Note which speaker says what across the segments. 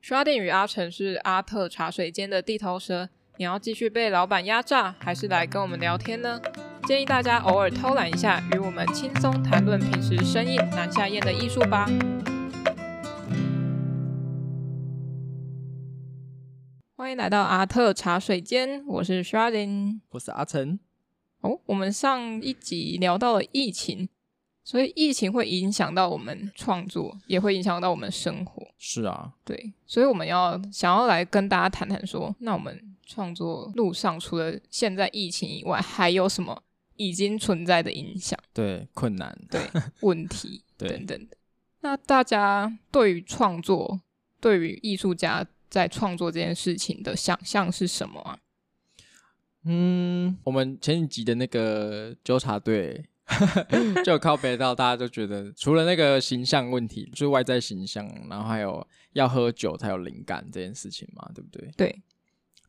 Speaker 1: 刷电与阿成是阿特茶水间的地头蛇，你要继续被老板压榨，还是来跟我们聊天呢？建议大家偶尔偷懒一下，与我们轻松谈论平时生硬难下咽的艺术吧。欢迎来到阿特茶水间，我是 Sharding。
Speaker 2: 我是阿成。
Speaker 1: 哦，我们上一集聊到了疫情，所以疫情会影响到我们创作，也会影响到我们生活。
Speaker 2: 是啊，
Speaker 1: 对，所以我们要想要来跟大家谈谈说，那我们创作路上除了现在疫情以外，还有什么已经存在的影响、
Speaker 2: 对，困难，
Speaker 1: 对问题
Speaker 2: 对
Speaker 1: 等等的。那大家对于创作，对于艺术家在创作这件事情的想象是什么啊？
Speaker 2: 嗯，我们前几集的那个纠察队 就有靠北到，大家就觉得除了那个形象问题，就是外在形象，然后还有要喝酒才有灵感这件事情嘛，对不对？
Speaker 1: 对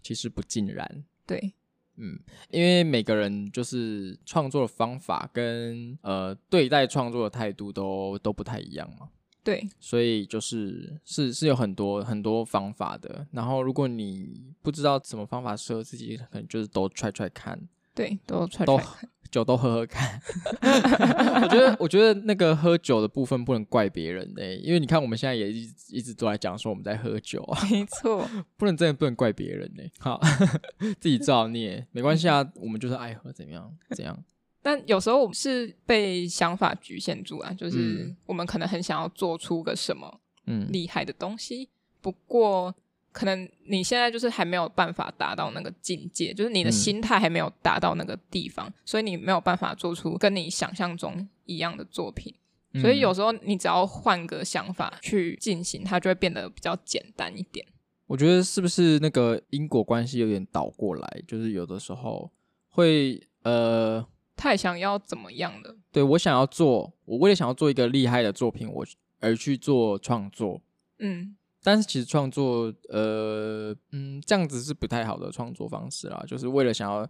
Speaker 2: 其实不尽然，
Speaker 1: 对
Speaker 2: 嗯，因为每个人就是创作的方法跟呃对待创作的态度都都不太一样嘛。
Speaker 1: 对
Speaker 2: 所以就是是是有很多很多方法的。然后如果你不知道什么方法适合自己，可能就是都 try try 看，
Speaker 1: 对，都踹
Speaker 2: 都
Speaker 1: 踹
Speaker 2: 酒都喝喝看。 我觉得我觉得那个喝酒的部分不能怪别人诶、因为你看我们现在也一直一直都在讲说我们在喝酒啊，
Speaker 1: 没错，
Speaker 2: 不能真的不能怪别人诶、好， 自己造孽没关系啊，我们就是爱喝怎样怎样。
Speaker 1: 但有时候我们是被想法局限住啊，就是
Speaker 2: 嗯
Speaker 1: 我们可能很想要做出个什么
Speaker 2: 嗯，
Speaker 1: 厉害的东西，不过可能你现在就是还没有办法达到那个境界，就是你的
Speaker 2: 嗯
Speaker 1: 心态还没有达到那个地方，所以你没有办法做出跟你想象中一样的作品。所以
Speaker 2: 嗯
Speaker 1: 有时候你只要换个想法去进行，它就会变得比较简单一点。
Speaker 2: 我觉得是不是那个因果关系有点倒过来，就是有的时候会呃。
Speaker 1: 太想要怎么样了？
Speaker 2: 对我想要做，我为了想要做一个厉害的作品，我而去做创作。
Speaker 1: 嗯，
Speaker 2: 但是其实创作，呃，嗯，这样子是不太好的创作方式啦。就是为了想要，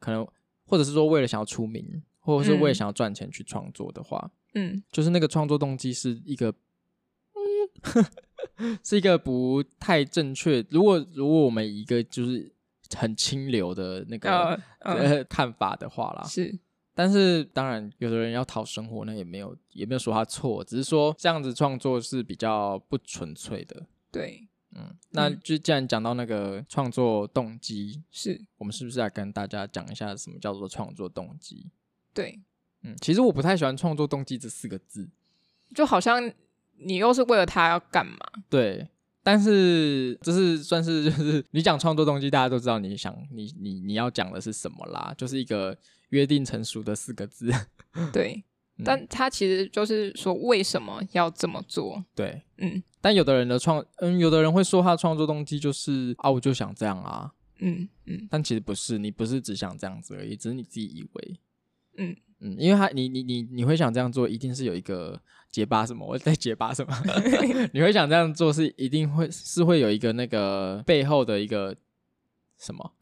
Speaker 2: 可能或者是说为了想要出名，或者是为了
Speaker 1: 嗯
Speaker 2: 想要赚钱去创作的话，
Speaker 1: 嗯，
Speaker 2: 就是那个创作动机是一个， 嗯，是一个不太正确。如果如果我们以一个就是很清流的那个、
Speaker 1: 呃，呃，
Speaker 2: 呃看法的话啦，
Speaker 1: 是，
Speaker 2: 但是当然，有的人要讨生活，那也没有也没有说他错，只是说这样子创作是比较不纯粹的。
Speaker 1: 对，
Speaker 2: 嗯，那
Speaker 1: 嗯
Speaker 2: 就既然讲到那个创作动机，
Speaker 1: 是，
Speaker 2: 我们是不是来跟大家讲一下什么叫做创作动机？
Speaker 1: 对，
Speaker 2: 嗯，其实我不太喜欢“创作动机”这四个字，
Speaker 1: 就好像你又是为了他要干嘛？
Speaker 2: 对。但是这是算是就是你讲创作动机，大家都知道你想你你你要讲的是什么啦，就是一个约定成熟的四个字。
Speaker 1: 对，
Speaker 2: 嗯
Speaker 1: 但他其实就是说为什么要这么做？
Speaker 2: 对，
Speaker 1: 嗯
Speaker 2: 但有的人的创，嗯，有的人会说他的创作动机就是啊，我就想这样啊，
Speaker 1: 嗯嗯，
Speaker 2: 但其实不是，你不是只想这样子而已，只是你自己以为，
Speaker 1: 嗯
Speaker 2: 嗯，因为他你你你你会想这样做，一定是有一个结巴什么， 我在结巴什么，你会想这样做是一定会是会有一个那个背后的一个什么，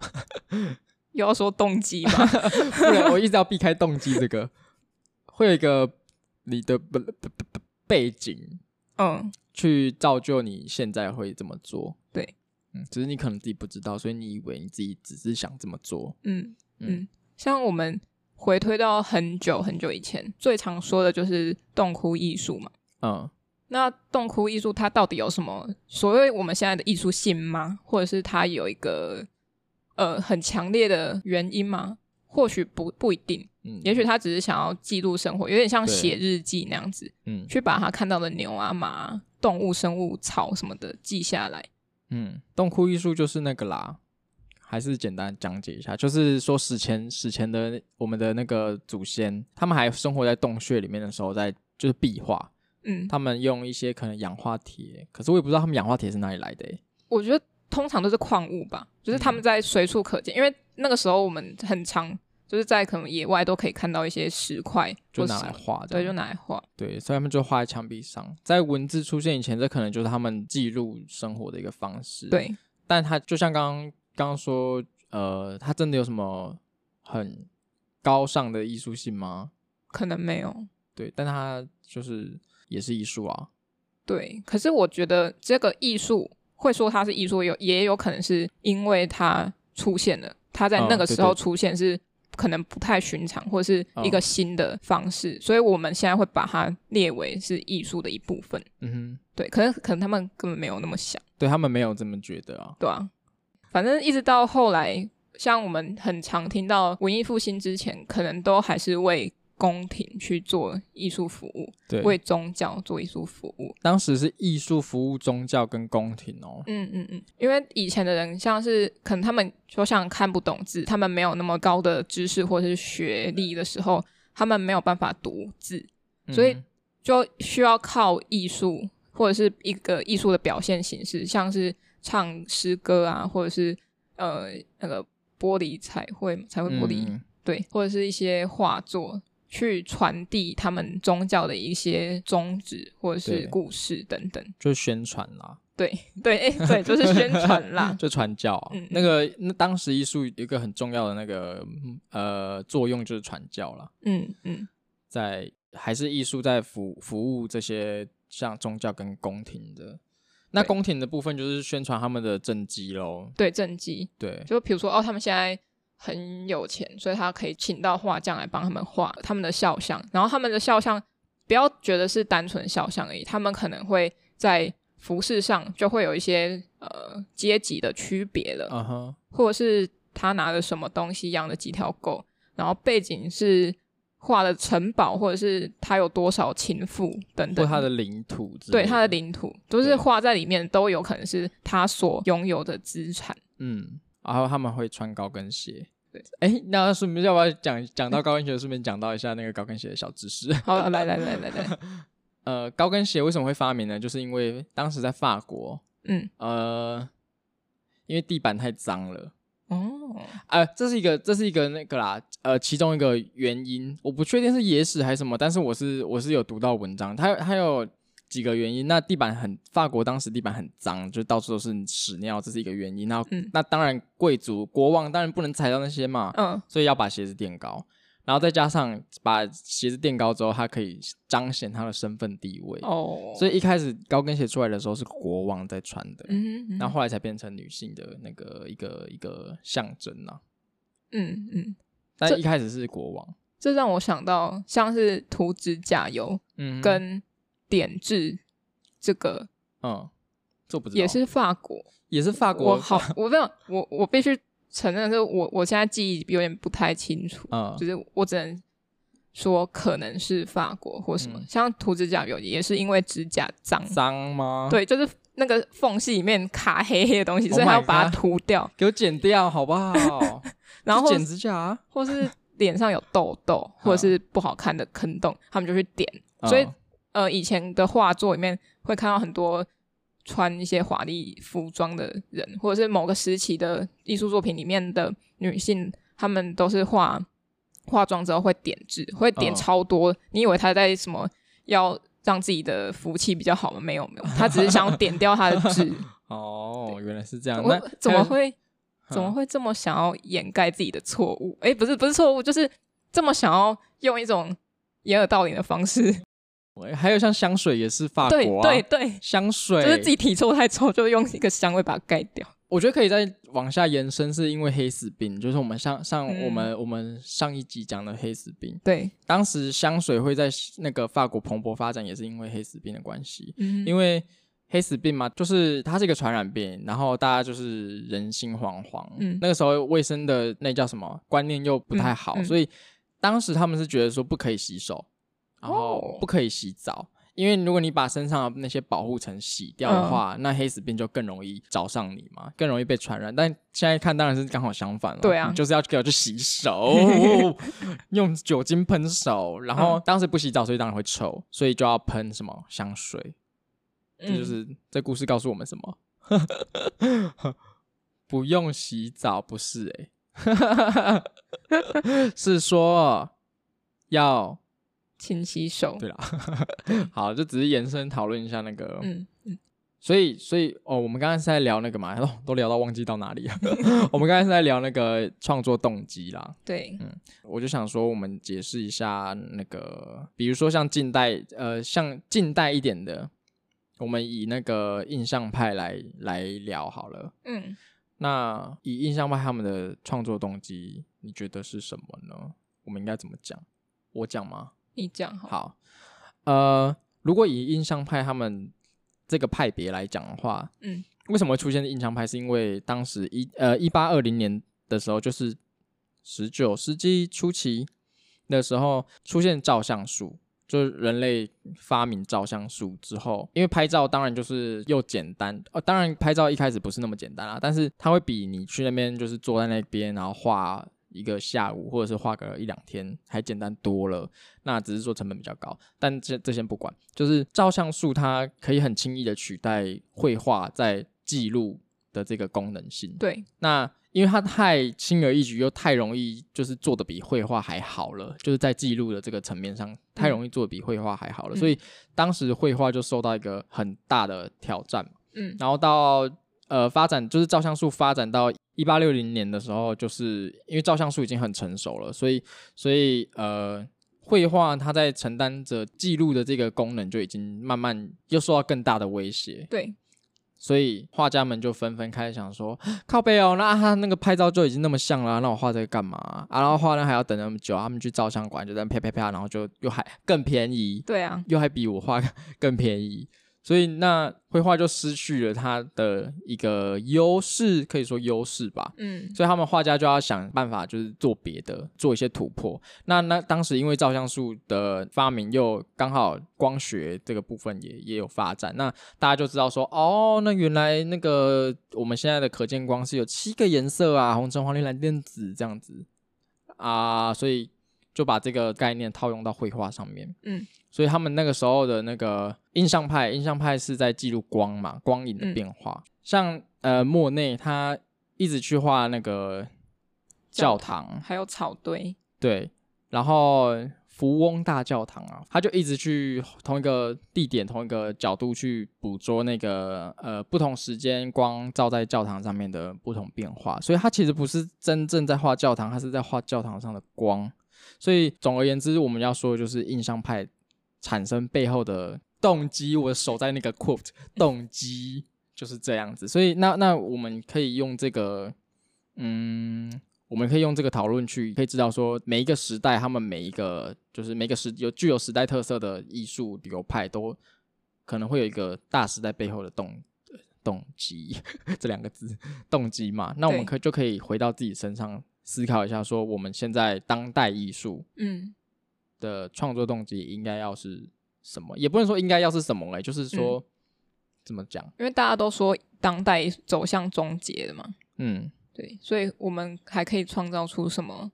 Speaker 1: 又要说动机嘛，
Speaker 2: 不然我一直要避开动机这个，会有一个你的不不不不背景，
Speaker 1: 嗯，
Speaker 2: 去造就你现在会这么做。
Speaker 1: 对，
Speaker 2: 嗯，只是你可能自己不知道，所以你以为你自己只是想这么做。
Speaker 1: 嗯
Speaker 2: 嗯
Speaker 1: 嗯，像我们回推到很久很久以前，最常说的就是洞窟艺术嘛。
Speaker 2: 嗯，
Speaker 1: 那洞窟艺术它到底有什么所谓我们现在的艺术性吗？或者是它有一个呃很强烈的原因吗？或许不不一定，
Speaker 2: 嗯
Speaker 1: 也许他只是想要记录生活，有点像
Speaker 2: 对
Speaker 1: 写日记那样子。
Speaker 2: 嗯
Speaker 1: 去把他看到的牛啊、马啊、动物、生物、草什么的记下来。
Speaker 2: 嗯，洞窟艺术就是那个啦，还是简单讲解一下，就是说史前史前的我们的那个祖先，他们还生活在洞穴里面的时候在，就是壁画，
Speaker 1: 嗯，
Speaker 2: 他们用一些可能氧化铁，可是我也不知道他们氧化铁是哪里来的、欸。
Speaker 1: 我觉得通常都是矿物吧，就是他
Speaker 2: 嗯
Speaker 1: 们在随处可见，因为那个时候我们很常就是在可能野外都可以看到一些石块
Speaker 2: 就
Speaker 1: 或
Speaker 2: 拿
Speaker 1: 什
Speaker 2: 来
Speaker 1: 么
Speaker 2: 画的，
Speaker 1: 对，就拿来画。
Speaker 2: 对，所以他们就画在墙壁上。在文字出现以前，这可能就是他们记录生活的一个方式。，
Speaker 1: 对，
Speaker 2: 但他就像刚刚刚刚说，呃，他真的有什么很高尚的艺术性吗？
Speaker 1: 可能没有。
Speaker 2: 对，但他就是也是艺术啊。
Speaker 1: 对，可是我觉得这个艺术会说它是艺术，有也有可能是因为它出现了，它在
Speaker 2: 哦
Speaker 1: 那个
Speaker 2: 对
Speaker 1: 时
Speaker 2: 对啊
Speaker 1: 候
Speaker 2: 对
Speaker 1: 出现是可能不太寻常，或是一个新的方式，所以我们现在会把它列为是艺术的一部分。
Speaker 2: 嗯
Speaker 1: 对，可能可能他们根本没有那么想，
Speaker 2: 哼，对他们没有这么觉得啊。
Speaker 1: 对啊，反正一直到后来，像我们很常听到文艺复兴之前，可能都还是为宫廷去做艺术服务，
Speaker 2: 对，
Speaker 1: 为宗教做艺术服务。
Speaker 2: 当时是艺术服务宗教跟宫廷哦。
Speaker 1: 嗯嗯嗯，因为以前的人像是可能他们就像看不懂字，他们没有那么高的知识或者是学历的时候，他们没有办法读字，所以
Speaker 2: 嗯
Speaker 1: 就需要靠艺术或者是一个艺术的表现形式，像是唱诗歌啊，或者是呃那个玻璃彩绘彩绘玻璃、
Speaker 2: 嗯
Speaker 1: 对，或者是一些画作去传递他们宗教的一些宗旨或者
Speaker 2: 对
Speaker 1: 是故事等等。
Speaker 2: 就宣传啦，。
Speaker 1: 对对，哎、对，就是宣传啦
Speaker 2: 就传教啊、
Speaker 1: 嗯
Speaker 2: 那个那当时艺术有一个很重要的那个嗯呃作用就是传教啦，
Speaker 1: 嗯嗯
Speaker 2: 在还是艺术在服服务这些像宗教跟宫廷的。那
Speaker 1: 对
Speaker 2: 宫廷的部分就是宣传他们的政绩喽，，
Speaker 1: 对，政绩
Speaker 2: 对，
Speaker 1: 就比如说哦，他们现在很有钱，所以他可以请到画匠来帮他们画他们的肖像，然后他们的肖像不要觉得是单纯肖像而已，他们可能会在服饰上就会有一些呃阶级的区别了，
Speaker 2: 嗯哼，
Speaker 1: 或者是他拿了什么东西养了几条狗，然后背景是画的城堡，或者是他有多少情妇等
Speaker 2: 或
Speaker 1: 等，
Speaker 2: 他的领土之
Speaker 1: 嗯
Speaker 2: 类
Speaker 1: 对他的，领土都
Speaker 2: 对
Speaker 1: 是画在里面，都有可能是他所拥有的资产。
Speaker 2: 嗯，然后他们会穿高跟鞋。
Speaker 1: 对，
Speaker 2: 哎，那顺便要不要讲讲到高跟鞋，顺便讲到一下那个高跟鞋的小知识？
Speaker 1: 好，来来来来来，
Speaker 2: 呃，高跟鞋为什么会发明呢？就是因为当时在法国，
Speaker 1: 嗯，
Speaker 2: 呃，因为地板太脏了。
Speaker 1: 哦，
Speaker 2: 呃，这是一个，这是一个那个啦，呃，其中一个原因，我不确定是野史还是什么，但是我是我是有读到文章，它它有几个原因。那地板很，法国当时地板很脏，就到处都是屎尿，这是一个原因。那、
Speaker 1: 嗯
Speaker 2: 那当然，贵族国王当然不能踩到那些嘛，
Speaker 1: 嗯
Speaker 2: 所以要把鞋子垫高，然后再加上把鞋子垫高之后，它可以彰显他的身份地位。
Speaker 1: 哦，
Speaker 2: 所
Speaker 1: 以
Speaker 2: 以一开始高跟鞋出来的时候是国王在穿的，
Speaker 1: 嗯嗯
Speaker 2: 然后后来才变成女性的那个一个一个象征啊。
Speaker 1: 嗯嗯，
Speaker 2: 但
Speaker 1: 这
Speaker 2: 一开始是国王，
Speaker 1: 这让我想到像是涂指甲油
Speaker 2: 嗯哼
Speaker 1: 跟点痣这个
Speaker 2: 嗯，这我不知道，
Speaker 1: 也是法国，
Speaker 2: 也是法国
Speaker 1: 我好，我没有，我我必须承认，是我我现在记忆有点不太清楚，
Speaker 2: 嗯
Speaker 1: 就是我只能说可能是法国或什么，
Speaker 2: 嗯
Speaker 1: 像涂指甲油也是因为指甲脏，
Speaker 2: 脏吗？，
Speaker 1: 对，就是那个缝隙里面卡黑黑的东西，
Speaker 2: Oh
Speaker 1: 所以它要
Speaker 2: my
Speaker 1: 把它
Speaker 2: God
Speaker 1: 涂掉，
Speaker 2: 给我剪掉好不好？
Speaker 1: 然后
Speaker 2: 去剪指甲啊，
Speaker 1: 或是脸上有痘痘或者 是不好看的坑洞，他们就去点。 所以
Speaker 2: 嗯
Speaker 1: 呃，以前的画作里面会看到很多穿一些华丽服装的人，或者是某个时期的艺术作品里面的女性，她们都是化化妆之后会点痣，会点
Speaker 2: 嗯
Speaker 1: 超多。你以为她在什么要让自己的福气比较好吗？没有没有，她只是想要点掉她的 痣。
Speaker 2: 哦，原来是这样，那
Speaker 1: 我怎么
Speaker 2: 还有
Speaker 1: 会怎么
Speaker 2: 嗯
Speaker 1: 会这么想要掩盖自己的错误？诶，不是不是错误，就是这么想要用一种掩耳盗铃的方式。
Speaker 2: 还有像香水也是法
Speaker 1: 对
Speaker 2: 国啊，
Speaker 1: 对对，
Speaker 2: 香水
Speaker 1: 就是自己体臭太臭，就用一个香味把它盖掉。
Speaker 2: 我觉得可以再往下延伸，是因为黑死病，就是我们上上
Speaker 1: 嗯
Speaker 2: 我们、我们上一集讲的黑死病，
Speaker 1: 对，
Speaker 2: 当时香水会在那个法国蓬勃发展，也是因为黑死病的关系。
Speaker 1: 嗯
Speaker 2: 因为黑死病嘛，就是它是一个传染病，然后大家就是人心惶惶。
Speaker 1: 嗯
Speaker 2: 那个时候卫生的那叫什么观念又不太好，
Speaker 1: 嗯嗯
Speaker 2: 所以当时他们是觉得说不可以洗手，然后
Speaker 1: 哦
Speaker 2: 不可以洗澡。因为如果你把身上的那些保护层洗掉
Speaker 1: 嗯
Speaker 2: 的话，那黑死病就更容易找上你嘛，更容易被传染。但现在看当然是刚好相反了，
Speaker 1: 对啊
Speaker 2: 你就是要给我去 洗手，用酒精喷手，然后
Speaker 1: 嗯
Speaker 2: 当时不洗澡，所以当然会臭，所以就要喷什么香水，这就
Speaker 1: 嗯
Speaker 2: 是这故事告诉我们什么？ 不用洗澡不是哎、欸， 是说要
Speaker 1: 勤洗手。
Speaker 2: 对啦。啊好，就只是延伸讨论一下那个，
Speaker 1: 嗯，
Speaker 2: 所以所以哦，我们刚刚是在聊那个嘛， 都都聊到忘记到哪里了。 我们刚刚是在聊那个创作动机啦，
Speaker 1: 对，
Speaker 2: 我就想说，我们解释一下那个，比如说像近代，呃，像近代一点的，我们以那个印象派来来聊好了。
Speaker 1: 嗯，
Speaker 2: 那以印象派他们的创作动机，你觉得是什么呢？我们应该怎么讲？我讲吗？
Speaker 1: 你讲好。
Speaker 2: 好，呃，如果以印象派他们这个派别来讲的话，
Speaker 1: 嗯，
Speaker 2: 为什么会出现印象派？是因为当时一呃一八二零年的时候，就是十九世纪初期的时候出现照相术。就是人类发明照相术之后，因为拍照当然就是又简单，呃，当然拍照一开始不是那么简单啦，但是它会比你去那边就是坐在那边，然后画一个下午或者是画个一两天还简单多了。那只是说成本比较高，但这这先不管，就是照相术它可以很轻易的取代绘画在记录的这个功能性。
Speaker 1: 对，
Speaker 2: 那因为它太轻而易举，又太容易，就是做的比绘画还好了，就是在记录的这个层面上，太容易做的比绘画还好
Speaker 1: 嗯
Speaker 2: 了，所以当时绘画就受到一个很大的挑战嘛。
Speaker 1: 嗯
Speaker 2: 然后到呃发展就是照相术发展到一八六零年的时候，就是因为照相术已经很成熟了，所以所以呃绘画它在承担着记录的这个功能就已经慢慢又受到更大的威胁，
Speaker 1: 对，
Speaker 2: 所以画家们就纷纷开始想说，靠背哦，那他那个拍照就已经那么像了啊、那我画这个干嘛啊？啊然后画那还要等那么久啊，他们去照相馆就在那啪啪啪，然后就又还更便宜，
Speaker 1: 对啊，
Speaker 2: 又还比我画 更便宜，所以那绘画就失去了它的一个优势，可以说优势吧。
Speaker 1: 嗯
Speaker 2: 所以他们画家就要想办法，就是做别的，做一些突破。那那当时因为照相术的发明，又刚好光学这个部分也也有发展，那大家就知道说，哦，那原来那个我们现在的可见光是有七个颜色啊，红橙黄绿蓝靛紫这样子啊，所以就把这个概念套用到绘画上面。
Speaker 1: 嗯，
Speaker 2: 所以他们那个时候的那个印象派，印象派是在记录光嘛，光影
Speaker 1: 嗯
Speaker 2: 的变化。像呃莫内，他一直去画那个教
Speaker 1: 教
Speaker 2: 堂，
Speaker 1: 还有草堆，
Speaker 2: 对，然后福翁大教堂啊，他就一直去同一个地点、同一个角度去捕捉那个呃不同时间光照在教堂上面的不同变化，所以他其实不是真正在画教堂，他是在画教堂上的光。所以总而言之，我们要说的就是印象派产生背后的动机。我守在那个 quote 动机就是这样子，所以那那我们可以用这个，嗯，我们可以用这个讨论去可以知道说，每一个时代他们每一个就是每个时有具有时代特色的艺术流派都可能会有一个大时代背后的动。动机 这两个字，动机嘛，那我们
Speaker 1: 对
Speaker 2: 可就可以回到自己身上思考一下，说我们现在当代艺术
Speaker 1: 嗯
Speaker 2: 的创作动机应该要是什么？也不能说应该要是什么、欸，就是说、怎么讲？
Speaker 1: 因为大家都说当代走向终结了嘛，
Speaker 2: 嗯，
Speaker 1: 对，所以我们还可以创造出什么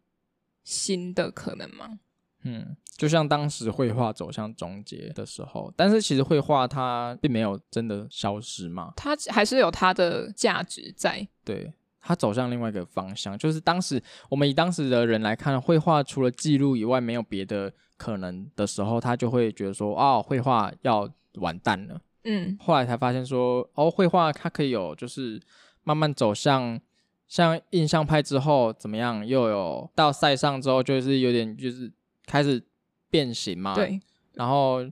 Speaker 1: 新的可能吗？
Speaker 2: 嗯，就像当时绘画走向终结的时候，但是其实绘画它并没有真的消失嘛，
Speaker 1: 它还是有它的价值在，
Speaker 2: 对，它走向另外一个方向。就是当时我们以当时的人来看，绘画除了记录以外没有别的可能的时候，他就会觉得说，哦，绘画要完蛋了。
Speaker 1: 嗯
Speaker 2: 后来才发现说，哦，绘画它可以有就是慢慢走向像印象派之后怎么样，又有到塞尚之后就是有点就是开始变形嘛，，
Speaker 1: 对，
Speaker 2: 然后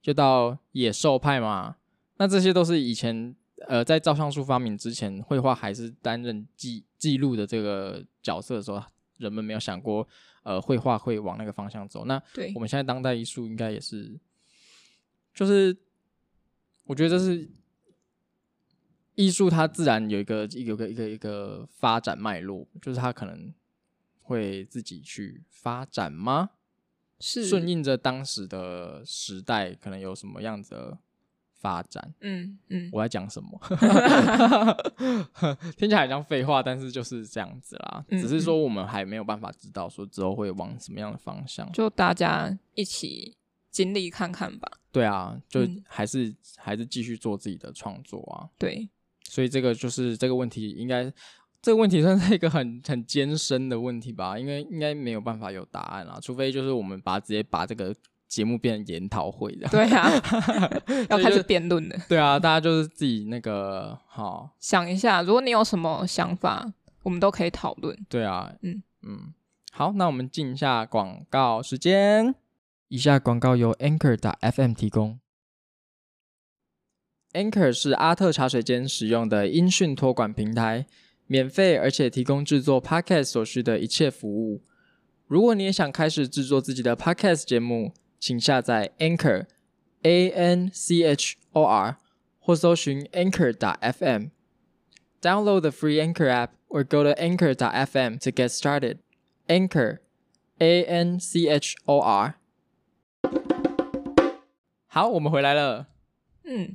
Speaker 2: 就到野兽派嘛，那这些都是以前呃在照相术发明之前，绘画还是担任记记录的这个角色的时候，啊人们没有想过呃绘画会往那个方向走，那
Speaker 1: 对
Speaker 2: 我，们现在当代艺术应该也是，就是我觉得这是艺术，它自然有一个有一个一个一个发展脉络，就是它可能会自己去发展吗？
Speaker 1: 是
Speaker 2: 顺应着当时的时代，可能有什么样子的发展？
Speaker 1: 嗯嗯，
Speaker 2: 我在讲什么？ 听起来很像废话，但是就是这样子啦。
Speaker 1: 嗯
Speaker 2: 只是说我们还没有办法知道说之后会往什么样的方向。
Speaker 1: 就大家一起经历看看吧。
Speaker 2: 对啊，就
Speaker 1: 嗯
Speaker 2: 还是、还是继续做自己的创作啊。
Speaker 1: 对，
Speaker 2: 所以这个就是这个问题，应该这个问题算是一个很很艰深的问题吧，因为应该没有办法有答案啊，除非就是我们把直接把这个节目变成研讨会这样。
Speaker 1: 对啊，要
Speaker 2: 所以
Speaker 1: 开始
Speaker 2: 就
Speaker 1: 辩论了。
Speaker 2: 对啊，大家就是自己那个好，
Speaker 1: 想一下，如果你有什么想法，我们都可以讨论。
Speaker 2: 对啊，
Speaker 1: 嗯
Speaker 2: 嗯，好，那我们进一下广告时间。以下广告由 Anchor 打 FM 提供。 Anchor 是阿特茶水间使用的音讯托管平台，免费而且提供制作 Podcast 所需的一切服务。如果你也想开始制作自己的 Podcast 节目，请下载 Anchor A N C H O R 或搜寻 Anchor FM。Download the free Anchor app or go to anchor.fm to get started. Anchor, A N C H O R。好，我们回来了。
Speaker 1: 嗯，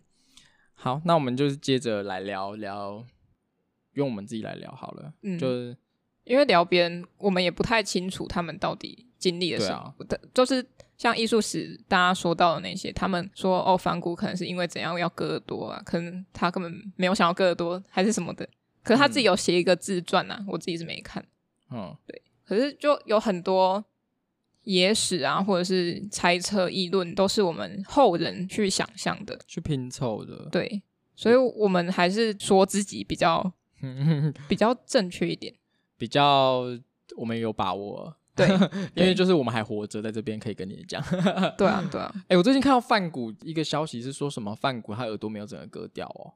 Speaker 2: 好，那我们就是接着来聊聊，用我们自己来聊好了。
Speaker 1: 嗯
Speaker 2: 就是
Speaker 1: 因为聊别人，我们也不太清楚他们到底经历了
Speaker 2: 对
Speaker 1: 什
Speaker 2: 啊
Speaker 1: 么。的，就是像艺术史大家说到的那些，他们说哦，梵谷可能是因为怎样要割耳朵啊，可能他根本没有想要割耳朵，还是什么的。可是他自己有写一个自传啊，我自己是没看。
Speaker 2: 嗯，
Speaker 1: 可是就有很多野史啊，或者是猜测、议论，都是我们后人去想象的。
Speaker 2: 去拼凑的。
Speaker 1: 对，所以我们还是说自己比较
Speaker 2: 对，
Speaker 1: 比较正确一点。
Speaker 2: 比较我们有把握。
Speaker 1: 对，
Speaker 2: 因为就是我们还活着，在这边可以跟你讲。
Speaker 1: 对啊，对啊，
Speaker 2: 哎、我最近看到范谷一个消息是说什么范谷他耳朵没有整个割掉哦，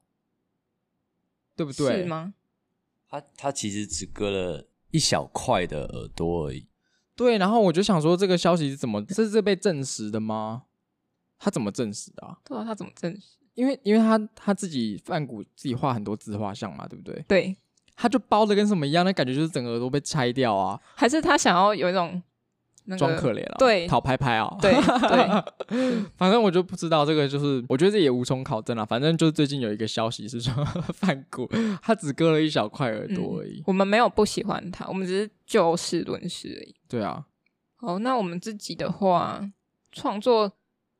Speaker 2: 对不对？
Speaker 1: 是吗？
Speaker 3: 他他其实只割了一小块的耳朵而已，
Speaker 2: 对，然后我就想说，这个消息是怎么这是被证实的吗？他怎么证实的、啊？
Speaker 1: 对啊，他怎么证实？
Speaker 2: 因为因为他他自己范谷自己画很多自画像嘛，对不对？
Speaker 1: 对，
Speaker 2: 他就包的跟什么一样，那感觉就是整个耳朵被拆掉啊，
Speaker 1: 还是他想要有一种那个
Speaker 2: 装可怜了、
Speaker 1: 对
Speaker 2: 讨拍拍啊，
Speaker 1: 对对，
Speaker 2: 反正我就不知道这个，就是我觉得这也无从考证了。啊反正就是最近有一个消息是说 范谷他只割了一小块耳朵而已。
Speaker 1: 嗯我们没有不喜欢他，我们只是就事论事而已。
Speaker 2: 对啊，
Speaker 1: 好，那我们自己的话，创作，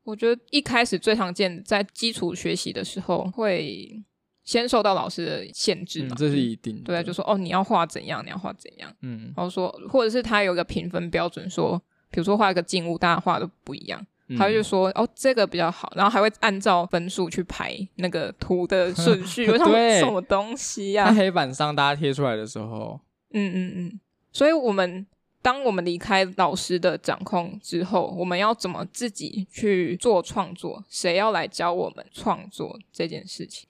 Speaker 1: 我觉得一开始最常见在基础学习的时候，会先受到老师的限制
Speaker 2: 嗯
Speaker 1: 嘛，
Speaker 2: 这是一定的。
Speaker 1: 对啊，就说哦，你要画怎样，你要画怎样，
Speaker 2: 嗯，
Speaker 1: 然后说，或者是他有一个评分标准说，比如说画一个静物，大家画的不一样，
Speaker 2: 嗯
Speaker 1: 他就说哦这个比较好，然后还会按照分数去排那个图 的顺序，我想说
Speaker 2: 对
Speaker 1: 什么东西呀、
Speaker 2: 在黑板上大家贴出来的时候，
Speaker 1: 嗯嗯嗯，所以我们当我们离开老师的掌控之后，我们要怎么自己去做创作？谁要来教我们创作这件事情？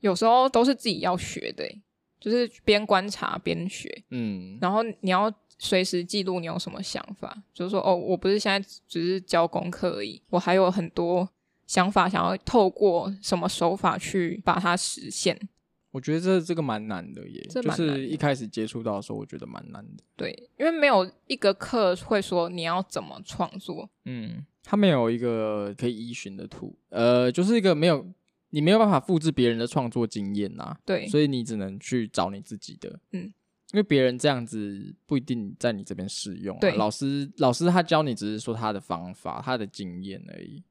Speaker 1: 有时候都是自己要学的欸、就是边观察边学，
Speaker 2: 嗯，
Speaker 1: 然后你要随时记录你有什么想法，就是说哦，我不是现在只是教功课而已，我还有很多想法想要透过什么手法去把它实现。
Speaker 2: 我觉得这这个蛮难的耶，
Speaker 1: 这
Speaker 2: 就
Speaker 1: 蛮难的
Speaker 2: 是一开始接触到的时候，我觉得蛮难的。
Speaker 1: 对，因为没有一个课会说你要怎么创作，
Speaker 2: 嗯，他没有一个可以依循的图，呃，就是一个没有你没有办法复制别人的创作经验啊呐、
Speaker 1: 对，
Speaker 2: 所以你只能去找你自己的。
Speaker 1: 嗯，
Speaker 2: 因为别人这样子不一定在你这边适用、啊。
Speaker 1: 对
Speaker 2: 老师老师他教你只是说他的方法、他的经验而已。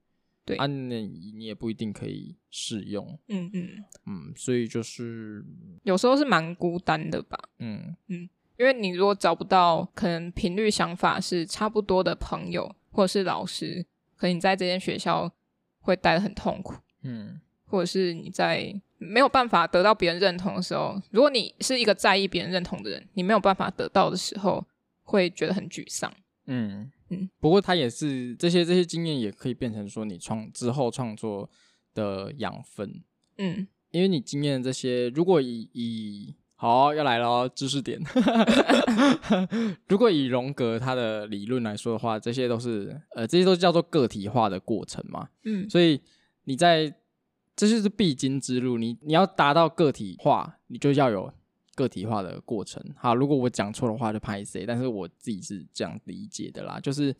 Speaker 1: 对
Speaker 2: 啊你，你也不一定可以适用。
Speaker 1: 嗯嗯，
Speaker 2: 嗯，所以就是
Speaker 1: 有时候是蛮孤单的吧，
Speaker 2: 嗯
Speaker 1: 因为你如果找不到可能频率想法是差不多的朋友或者是老师，可能你在这间学校会待得很痛苦，
Speaker 2: 嗯
Speaker 1: 或者是你在没有办法得到别人认同的时候，如果你是一个在意别人认同的人，你没有办法得到的时候，会觉得很沮丧。
Speaker 2: 嗯
Speaker 1: 嗯
Speaker 2: 不过他也是这些这些经验也可以变成说你创之后创作的养分，
Speaker 1: 嗯，
Speaker 2: 因为你经验的这些，如果以以好要来了知识点， 如果以荣格他的理论来说的话，这些都是呃这些都叫做个体化的过程嘛，
Speaker 1: 嗯，
Speaker 2: 所以你在这就是必经之路，你你要达到个体化，你就要有个体化的过程。好，如果我讲错的话就拍谁，但是我自己是这样理解的啦，就是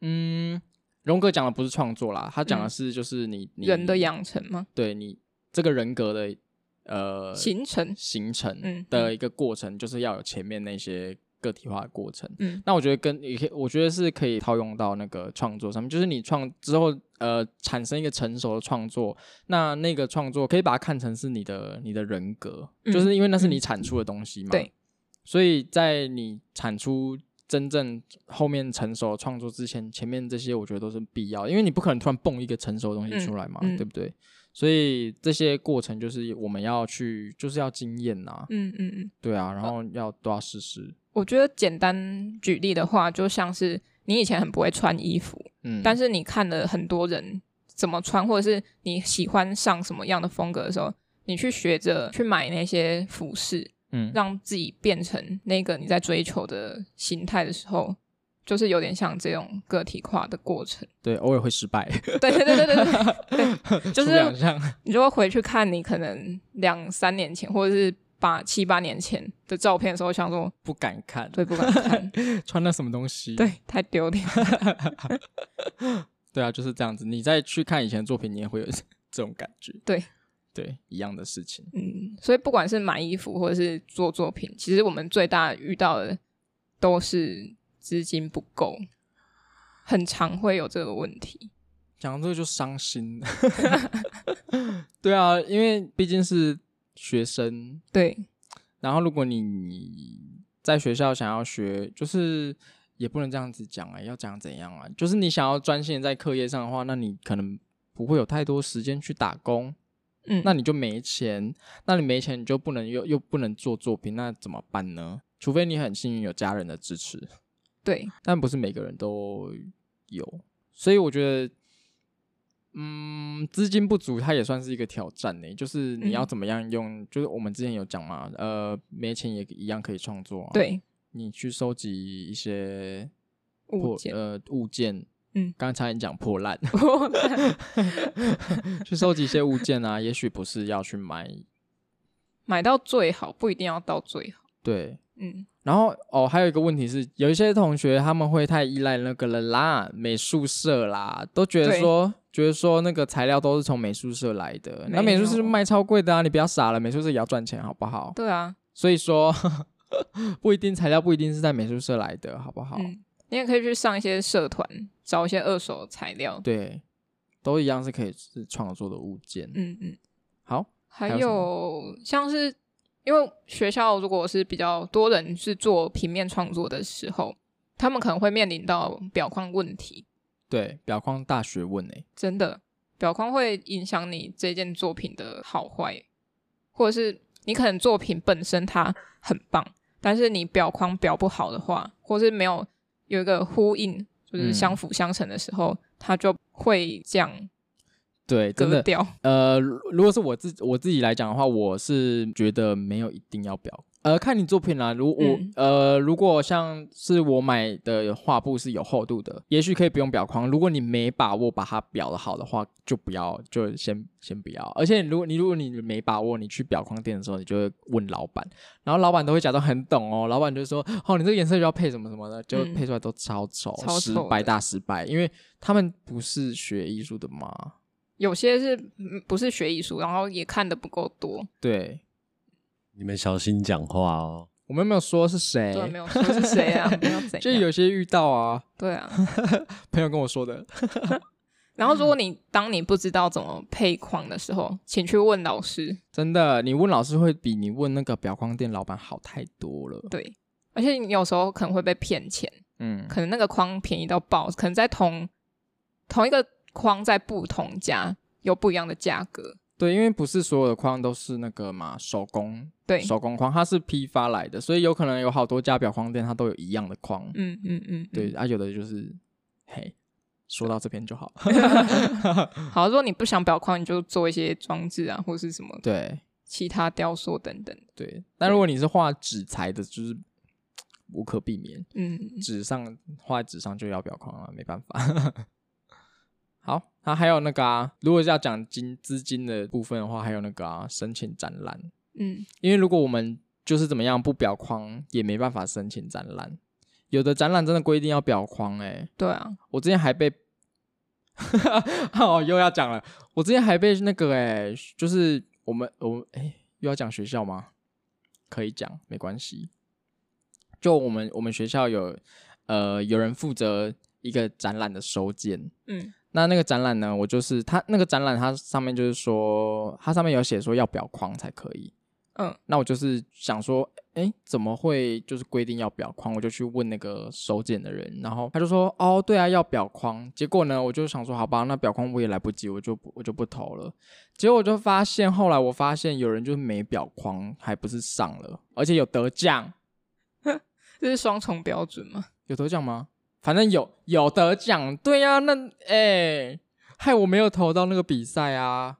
Speaker 2: 嗯，荣格讲的不是创作啦，他讲的
Speaker 1: 嗯
Speaker 2: 是就是你,、你
Speaker 1: 人的养成吗？
Speaker 2: 对你这个人格的呃
Speaker 1: 形成，
Speaker 2: 形成
Speaker 1: 嗯
Speaker 2: 的一个过程，就是要有前面那些个体化的过程。
Speaker 1: 嗯
Speaker 2: 那我觉得跟也可以，我觉得是可以套用到那个创作上面，就是你创之后，呃，产生一个成熟的创作，那那个创作可以把它看成是你的你的人格，
Speaker 1: 嗯
Speaker 2: 就是因为那是你
Speaker 1: 嗯
Speaker 2: 产出的东西嘛。
Speaker 1: 对。
Speaker 2: 所以在你产出真正后面成熟的创作之前，前面这些我觉得都是必要的，因为你不可能突然蹦一个成熟的东西
Speaker 1: 嗯
Speaker 2: 出来嘛，
Speaker 1: 嗯
Speaker 2: 对不对？所以这些过程就是我们要去，就是要经验呐、
Speaker 1: 嗯嗯嗯。
Speaker 2: 对啊，然后要都要试试。
Speaker 1: 我觉得简单举例的话，就像是你以前很不会穿衣服，
Speaker 2: 嗯，
Speaker 1: 但是你看了很多人怎么穿，或者是你喜欢上什么样的风格的时候，你去学着去买那些服饰，
Speaker 2: 嗯，
Speaker 1: 让自己变成那个你在追求的形态的时候，就是有点像这种个体化的过程。
Speaker 2: 对，偶尔会失败，
Speaker 1: 对对对对对对， 就是
Speaker 2: 出两项，
Speaker 1: 你就会回去看你可能两三年前或者是八七八年前的照片的时候，想说
Speaker 2: 不敢看，
Speaker 1: 对不敢看，
Speaker 2: 穿了什么东西？
Speaker 1: 对，太丢脸。
Speaker 2: 对啊，就是这样子。你再去看以前的作品，你也会有 这种感觉。
Speaker 1: 对
Speaker 2: 对，一样的事情。
Speaker 1: 嗯，所以不管是买衣服或者是做作品，其实我们最大遇到的都是资金不够，很常会有这个问题。
Speaker 2: 讲到这个就伤心。 对啊，因为毕竟是学生，
Speaker 1: 对，
Speaker 2: 然后如果你在学校想要学，就是也不能这样子讲啊、要讲怎样啊？就是你想要专心在课业上的话，那你可能不会有太多时间去打工，
Speaker 1: 嗯，
Speaker 2: 那你就没钱，那你没钱你就不能又又不能做作品，那怎么办呢？除非你很幸运有家人的支持，
Speaker 1: 对，
Speaker 2: 但不是每个人都有，所以我觉得，嗯，资金不足它也算是一个挑战呢、就是你要
Speaker 1: 嗯
Speaker 2: 怎么样用，就是我们之前有讲嘛，呃，没钱也一样可以创作、啊，，
Speaker 1: 对，
Speaker 2: 你去收集一些
Speaker 1: 物
Speaker 2: 破
Speaker 1: 件
Speaker 2: 呃物件，
Speaker 1: 嗯
Speaker 2: 刚才你讲破烂，
Speaker 1: 破烂
Speaker 2: 去收集一些物件啊，也许不是要去买，
Speaker 1: 买到最好不一定要到最好，
Speaker 2: 对，
Speaker 1: 嗯，
Speaker 2: 然后哦，还有一个问题是，有一些同学他们会太依赖那个了啦，美术社啦，都觉得
Speaker 1: 对
Speaker 2: 说，觉得说那个材料都是从美术社来的，那
Speaker 1: 没
Speaker 2: 美术社
Speaker 1: 有
Speaker 2: 卖超贵的啊，你不要傻了，美术社也要赚钱，好不好？
Speaker 1: 对啊，
Speaker 2: 所以说， 不一定材料不一定是在美术社来的，好不好？
Speaker 1: 嗯，你也可以去上一些社团，找一些二手材料，
Speaker 2: 对，都一样是可以是创作的物件。
Speaker 1: 嗯嗯。
Speaker 2: 好，
Speaker 1: 还
Speaker 2: 还有什
Speaker 1: 有像是因为学校如果是比较多人是做平面创作的时候，他们可能会面临到表框问题，
Speaker 2: 对，表框大学问欸诶、
Speaker 1: 真的表框会影响你这件作品的好坏，或者是你可能作品本身它很棒，但是你表框表不好的话，或是没有有一个呼应，就是
Speaker 2: 嗯
Speaker 1: 相辅相成的时候，它就会这样
Speaker 2: 对，真
Speaker 1: 割
Speaker 2: 的，
Speaker 1: 掉。
Speaker 2: 呃，如如果是我自我自己来讲的话，我是觉得没有一定要表，呃，看你作品啦。如我、
Speaker 1: 嗯
Speaker 2: 呃，如果像是我买的画布是有厚度的，也许可以不用表框。如果你没把握把它裱的好的话，就不要，就先先不要。而且如果你如果你没把握，你去裱框店的时候，你就会问老板，然后老板都会假装很懂哦，老板就说：“哦，你这个颜色就要配什么什么的，就
Speaker 1: 嗯
Speaker 2: 配出来都超丑，
Speaker 1: 超
Speaker 2: 失
Speaker 1: 丑的
Speaker 2: 败大失败。”因为他们不是学艺术的嘛，
Speaker 1: 有些是嗯不是学艺术，然后也看的不够多，
Speaker 2: 对。
Speaker 3: 你们小心讲话哦。
Speaker 2: 我们没有说是谁，
Speaker 1: 对，没有说是谁啊，没有怎
Speaker 2: 就
Speaker 1: 样，
Speaker 2: 有些遇到啊，
Speaker 1: 对啊。
Speaker 2: 朋友跟我说的。
Speaker 1: 然后，如果你当你不知道怎么配框的时候，请去问老师。
Speaker 2: 真的，你问老师会比你问那个表框店老板好太多了。
Speaker 1: 对，而且你有时候可能会被骗钱，
Speaker 2: 嗯，
Speaker 1: 可能那个框便宜到爆，可能在同同一个框在不同家有不一样的价格。
Speaker 2: 对，因为不是所有的框都是那个嘛手工
Speaker 1: 对，
Speaker 2: 手工框，它是批发来的，所以有可能有好多家表框店它都有一样的框。
Speaker 1: 嗯嗯嗯，嗯
Speaker 2: 对。啊，有的就是嘿，说到这边就好。
Speaker 1: 好，如果你不想裱框，你就做一些装置啊，或是什么
Speaker 2: 对
Speaker 1: 其他雕塑等等。
Speaker 2: 对，但如果你是画纸材的，就是无可避免。
Speaker 1: 嗯，
Speaker 2: 纸上画在纸上就要表框了，没办法。 好，那、还有那个啊，如果是要讲金资金的部分的话，还有那个啊，申请展览，
Speaker 1: 嗯，
Speaker 2: 因为如果我们就是怎么样不表框，也没办法申请展览。有的展览真的规定要表框、欸，
Speaker 1: 对啊，
Speaker 2: 我之前还被， 哦，又要讲了，我之前还被那个、欸，就是我们我们哎、又要讲学校吗？可以讲，没关系。就我们我们学校有呃有人负责一个展览的收件，
Speaker 1: 嗯
Speaker 2: 那那个展览呢，我就是它那个展览它上面就是说它上面有写说要裱框才可以，
Speaker 1: 嗯，
Speaker 2: 那我就是想说，哎，怎么会就是规定要裱框？我就去问那个收件的人，然后他就说，哦，对啊，要裱框。结果呢，我就想说，好吧，那裱框我也来不及，我就不我就不投了。结果我就发现，后来我发现有人就是没裱框，还不是上了，而且有得奖，
Speaker 1: 这是双重 标准嘛？
Speaker 2: 啊有得奖吗？反正有有得奖，对呀、那哎。害我没有投到那个比赛啊，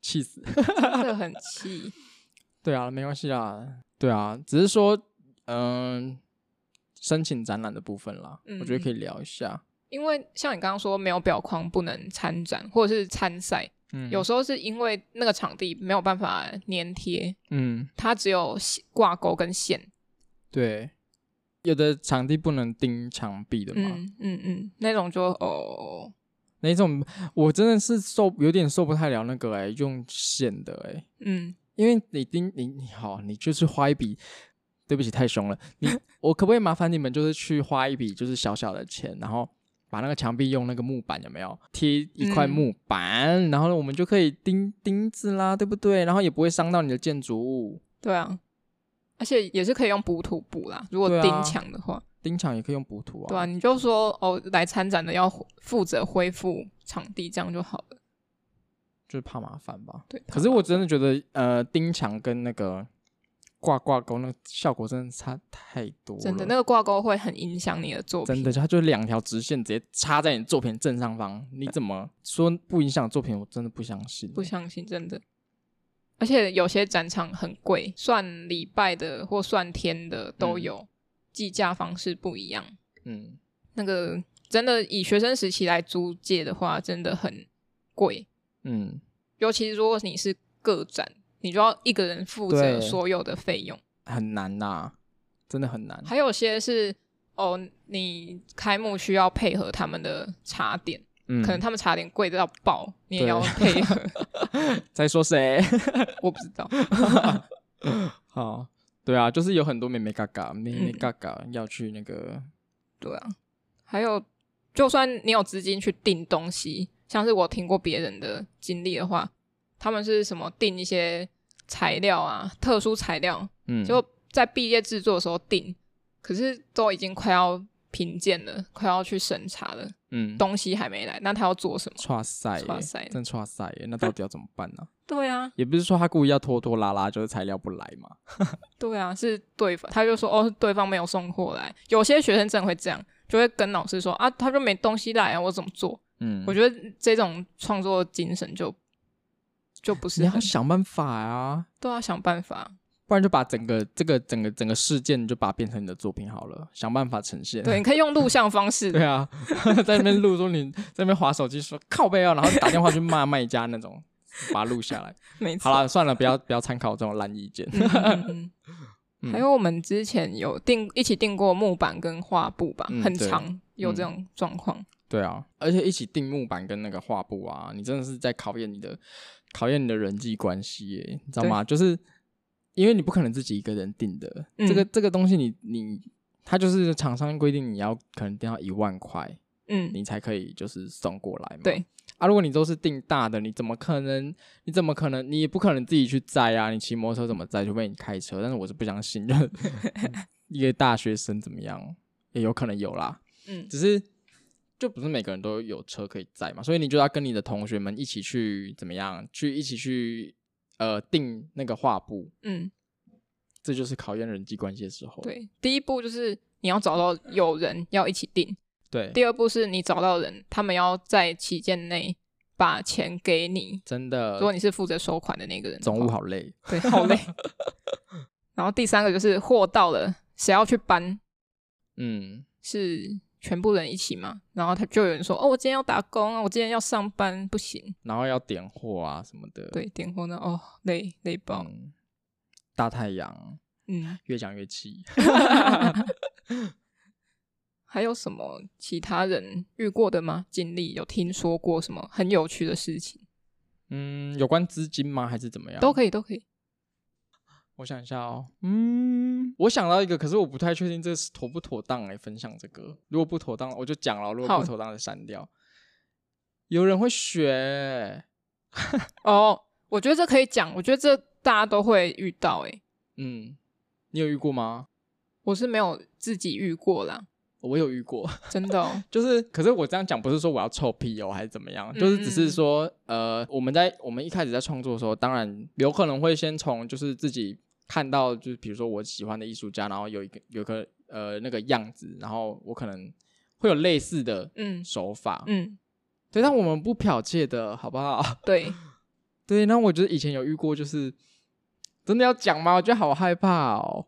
Speaker 2: 气死！
Speaker 1: 真的很气。
Speaker 2: 对啊，没关系啦，对啊，只是说，嗯、申请展览的部分啦，
Speaker 1: 嗯
Speaker 2: 我觉得可以聊一下。
Speaker 1: 因为像你刚刚说没有表框不能参展或者是参赛，
Speaker 2: 嗯，
Speaker 1: 有时候是因为那个场地没有办法粘贴，
Speaker 2: 嗯，
Speaker 1: 它只有线挂钩跟线。
Speaker 2: 对，有的场地不能钉墙壁的嘛，
Speaker 1: 嗯嗯嗯，那种就哦，
Speaker 2: 那一种我真的是受有点受不太了那个哎、用线的哎、
Speaker 1: 嗯
Speaker 2: 因为你盯你你好，你就是花一笔，对不起太凶了， 你我可不可以麻烦你们就是去花一笔就是小小的钱，然后把那个墙壁用那个木板有没有贴一块
Speaker 1: 嗯
Speaker 2: 木板，然后呢我们就可以钉钉子啦，对不对？然后也不会伤到你的建筑物，
Speaker 1: 对啊，而且也是可以用补土补啦。如果
Speaker 2: 对啊
Speaker 1: 钉墙的话，
Speaker 2: 钉墙也可以用补土啊。
Speaker 1: 对啊，你就说哦，来参展的要负责恢复场地，这样就好了。
Speaker 2: 就是怕麻烦吧。
Speaker 1: 对，
Speaker 2: 可是我真的觉得呃钉墙跟那个挂挂钩那个效果真的差太多了，
Speaker 1: 真的那个挂钩会很影响你的作品。
Speaker 2: 真的，它就是两条直线直接插在你作品正上方，你怎么说不影响作品？我真的不相信。
Speaker 1: 不相信，真的。而且有些展场很贵，算礼拜的或算天的都有，计价方式不一样。
Speaker 2: 嗯，
Speaker 1: 那个真的以学生时期来租借的话，真的很贵。
Speaker 2: 嗯，
Speaker 1: 尤其如果你是个展，你就要一个人负责
Speaker 2: 对嗯
Speaker 1: 所有的费用。
Speaker 2: 很难呐、真的很难。
Speaker 1: 还有些是哦，你开幕需要配合他们的茶点，
Speaker 2: 嗯
Speaker 1: 可能他们茶点贵到爆，你也
Speaker 2: 对
Speaker 1: 要配合。
Speaker 2: 在说谁？
Speaker 1: 我不知道，
Speaker 2: 好，对啊，就是有很多妹妹嘎嘎，妹妹嘎嘎
Speaker 1: 嗯
Speaker 2: 要去那个，
Speaker 1: 对啊，还有，就算你有资金去订东西，像是我听过别人的经历的话，他们是什么订一些材料啊，特殊材料，
Speaker 2: 嗯，
Speaker 1: 就在毕业制作的时候订，可是都已经快要评鉴了，快要去审查了，
Speaker 2: 嗯，
Speaker 1: 东西还没来，那他要做什么？
Speaker 2: 哇塞耶，
Speaker 1: 哇塞
Speaker 2: 真哇塞耶，那到底要怎么办呢、
Speaker 1: 对啊，
Speaker 2: 也不是说他故意要拖拖拉拉，就是材料不来嘛。
Speaker 1: 对啊，是对方，他就说哦，是对方没有送货来。有些学生真的会这样，就会跟老师说啊，他就没东西来啊，我怎么做？
Speaker 2: 嗯，
Speaker 1: 我
Speaker 2: 觉
Speaker 1: 觉得这种创作精神就就不
Speaker 2: 你
Speaker 1: 是
Speaker 2: 要
Speaker 1: 很
Speaker 2: 想办法啊，
Speaker 1: 都要想办法，
Speaker 2: 不然就把整个这个整个整个事件你就把它变成你的作品好了，想办法呈现。
Speaker 1: 对，你可以用录像方式，
Speaker 2: 对啊， 在那边录说你在那边划手机说靠背啊，然后打电话去骂卖家那种，把它录下 来。
Speaker 1: 没错。
Speaker 2: 好了，算了，不要不要参考这种烂意见。
Speaker 1: 嗯嗯嗯
Speaker 2: 嗯
Speaker 1: 还有我们之前有订一起订过木板跟画布吧，
Speaker 2: 嗯
Speaker 1: 很
Speaker 2: 对
Speaker 1: 长，有这种状况。
Speaker 2: 对啊，而且一起定木板跟那个画布啊，你真的是在考验你的考验你的人际关系耶，你知道吗？就是因为你不可能自己一个人定的，
Speaker 1: 嗯
Speaker 2: 这个这个东西你你它就是厂商规定你要可能定到一万块，
Speaker 1: 嗯，
Speaker 2: 你才可以就是送过来嘛。
Speaker 1: 对
Speaker 2: 啊，如果你都是订大的，你怎么可能？你怎么可能？你也不可能自己去载啊！你骑摩托车怎么载？除非你开车。但是我是不相 信，就是一个大学生怎么样，也有可能有啦。
Speaker 1: 嗯
Speaker 2: 只是就不是每个人都有车可以载嘛，所以你就要跟你的同学们一起去怎么样？去一起去呃订那个画布，
Speaker 1: 嗯，
Speaker 2: 这就是考验人际关系的时候。
Speaker 1: 对，第一步就是你要找到有人要一起订，
Speaker 2: 对，
Speaker 1: 第二步是你找到人，他们要在期间内把钱给你。
Speaker 2: 真
Speaker 1: 如果
Speaker 2: 的，
Speaker 1: 你是负责收款的那个人的话，
Speaker 2: 呃总务好累。
Speaker 1: 对，好累。 然后第三个就是货到了，谁要去搬？
Speaker 2: 嗯，
Speaker 1: 是全部人一起嘛？然后他就有人说：“哦，我今天要打工啊，我今天要上班，不行。
Speaker 2: 然后要点货啊什么的。”。
Speaker 1: 对，点货呢？哦，累累爆。
Speaker 2: 嗯，大太阳，
Speaker 1: 嗯，
Speaker 2: 越讲越 气。
Speaker 1: 还有什么其他人遇过的吗？经历有听说过什么很有趣的事情？
Speaker 2: 嗯，有关资金吗？还是怎么样？
Speaker 1: 都可以，都可以。
Speaker 2: 我想一下哦。嗯，我想到一个，可是我不太确定这是妥不妥当来分享这个。如果不妥当，我就讲了；如果
Speaker 1: 好
Speaker 2: 不妥当，就删掉。有人会学，
Speaker 1: 哦，我觉得这可以讲，我觉得这大家都会遇到、欸。诶，
Speaker 2: 嗯，你有遇过吗？
Speaker 1: 我是没有自己遇过啦，
Speaker 2: 我有遇过，
Speaker 1: 真的、哦。
Speaker 2: 就是，可是我这样讲不是说我要臭屁哦，还是怎么样，
Speaker 1: 嗯
Speaker 2: 就是只是说，呃，我们在我们一开始在创作的时候，当然有可能会先从就是自己看到，就是比如说我喜欢的艺术家，然后有一个有一个呃那个样子，然后我可能会有类似的
Speaker 1: 嗯
Speaker 2: 手法，
Speaker 1: 嗯
Speaker 2: 对，但我们不剽窃的好不 好？
Speaker 1: 对，
Speaker 2: 对，那我觉得以前有遇过，就是真的要讲吗？我觉得好害怕哦。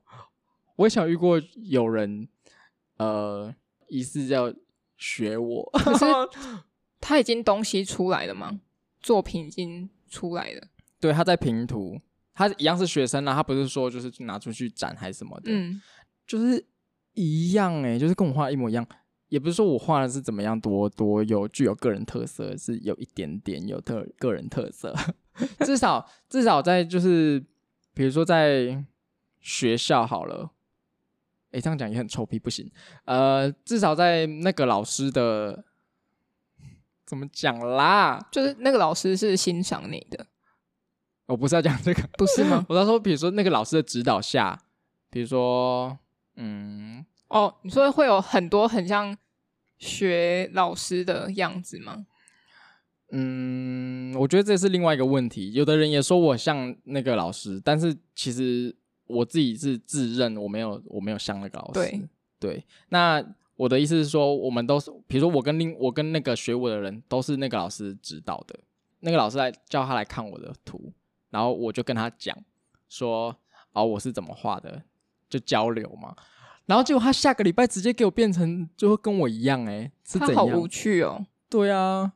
Speaker 2: 我也想遇过有人，呃，疑似要学我，
Speaker 1: 可是他已经东西出来了吗？作品已经出来了，
Speaker 2: 对，他在平图，他一样是学生啦，他不是说就是拿出去展还是什么的，
Speaker 1: 嗯，
Speaker 2: 就是一样哎、就是跟我画一模一样。也不是说我画的是怎么样多多有具有个人特色，是有一点点有特个人特色， 至少至少在就是比如说在学校好了，诶，这样讲也很臭屁，不行。呃，至少在那个老师的怎么讲啦？
Speaker 1: 就是那个老师是欣赏你的，
Speaker 2: 我不是要讲这个，
Speaker 1: 不是吗？
Speaker 2: 我在说，比如说那个老师的指导下，比如说，嗯，
Speaker 1: 哦，你说会有很多很像学老师的样子吗？
Speaker 2: 嗯，我觉得这是另外一个问题。有的人也说我像那个老师，但是其实我自己是自认我没有，我没有像那个老师。
Speaker 1: 对
Speaker 2: 对那我的意思是说，我们都是，比如说我跟另我跟那个学我的人都是那个老师指导的，那个老师来叫他来看我的图，然后我就跟他讲说，哦，我是怎么画的，就交流嘛。然后结果他下个礼拜直接给我变成，就会跟我一样、欸，哎，是
Speaker 1: 他
Speaker 2: 怎
Speaker 1: 好无
Speaker 2: 样？
Speaker 1: 趣哦，
Speaker 2: 对啊，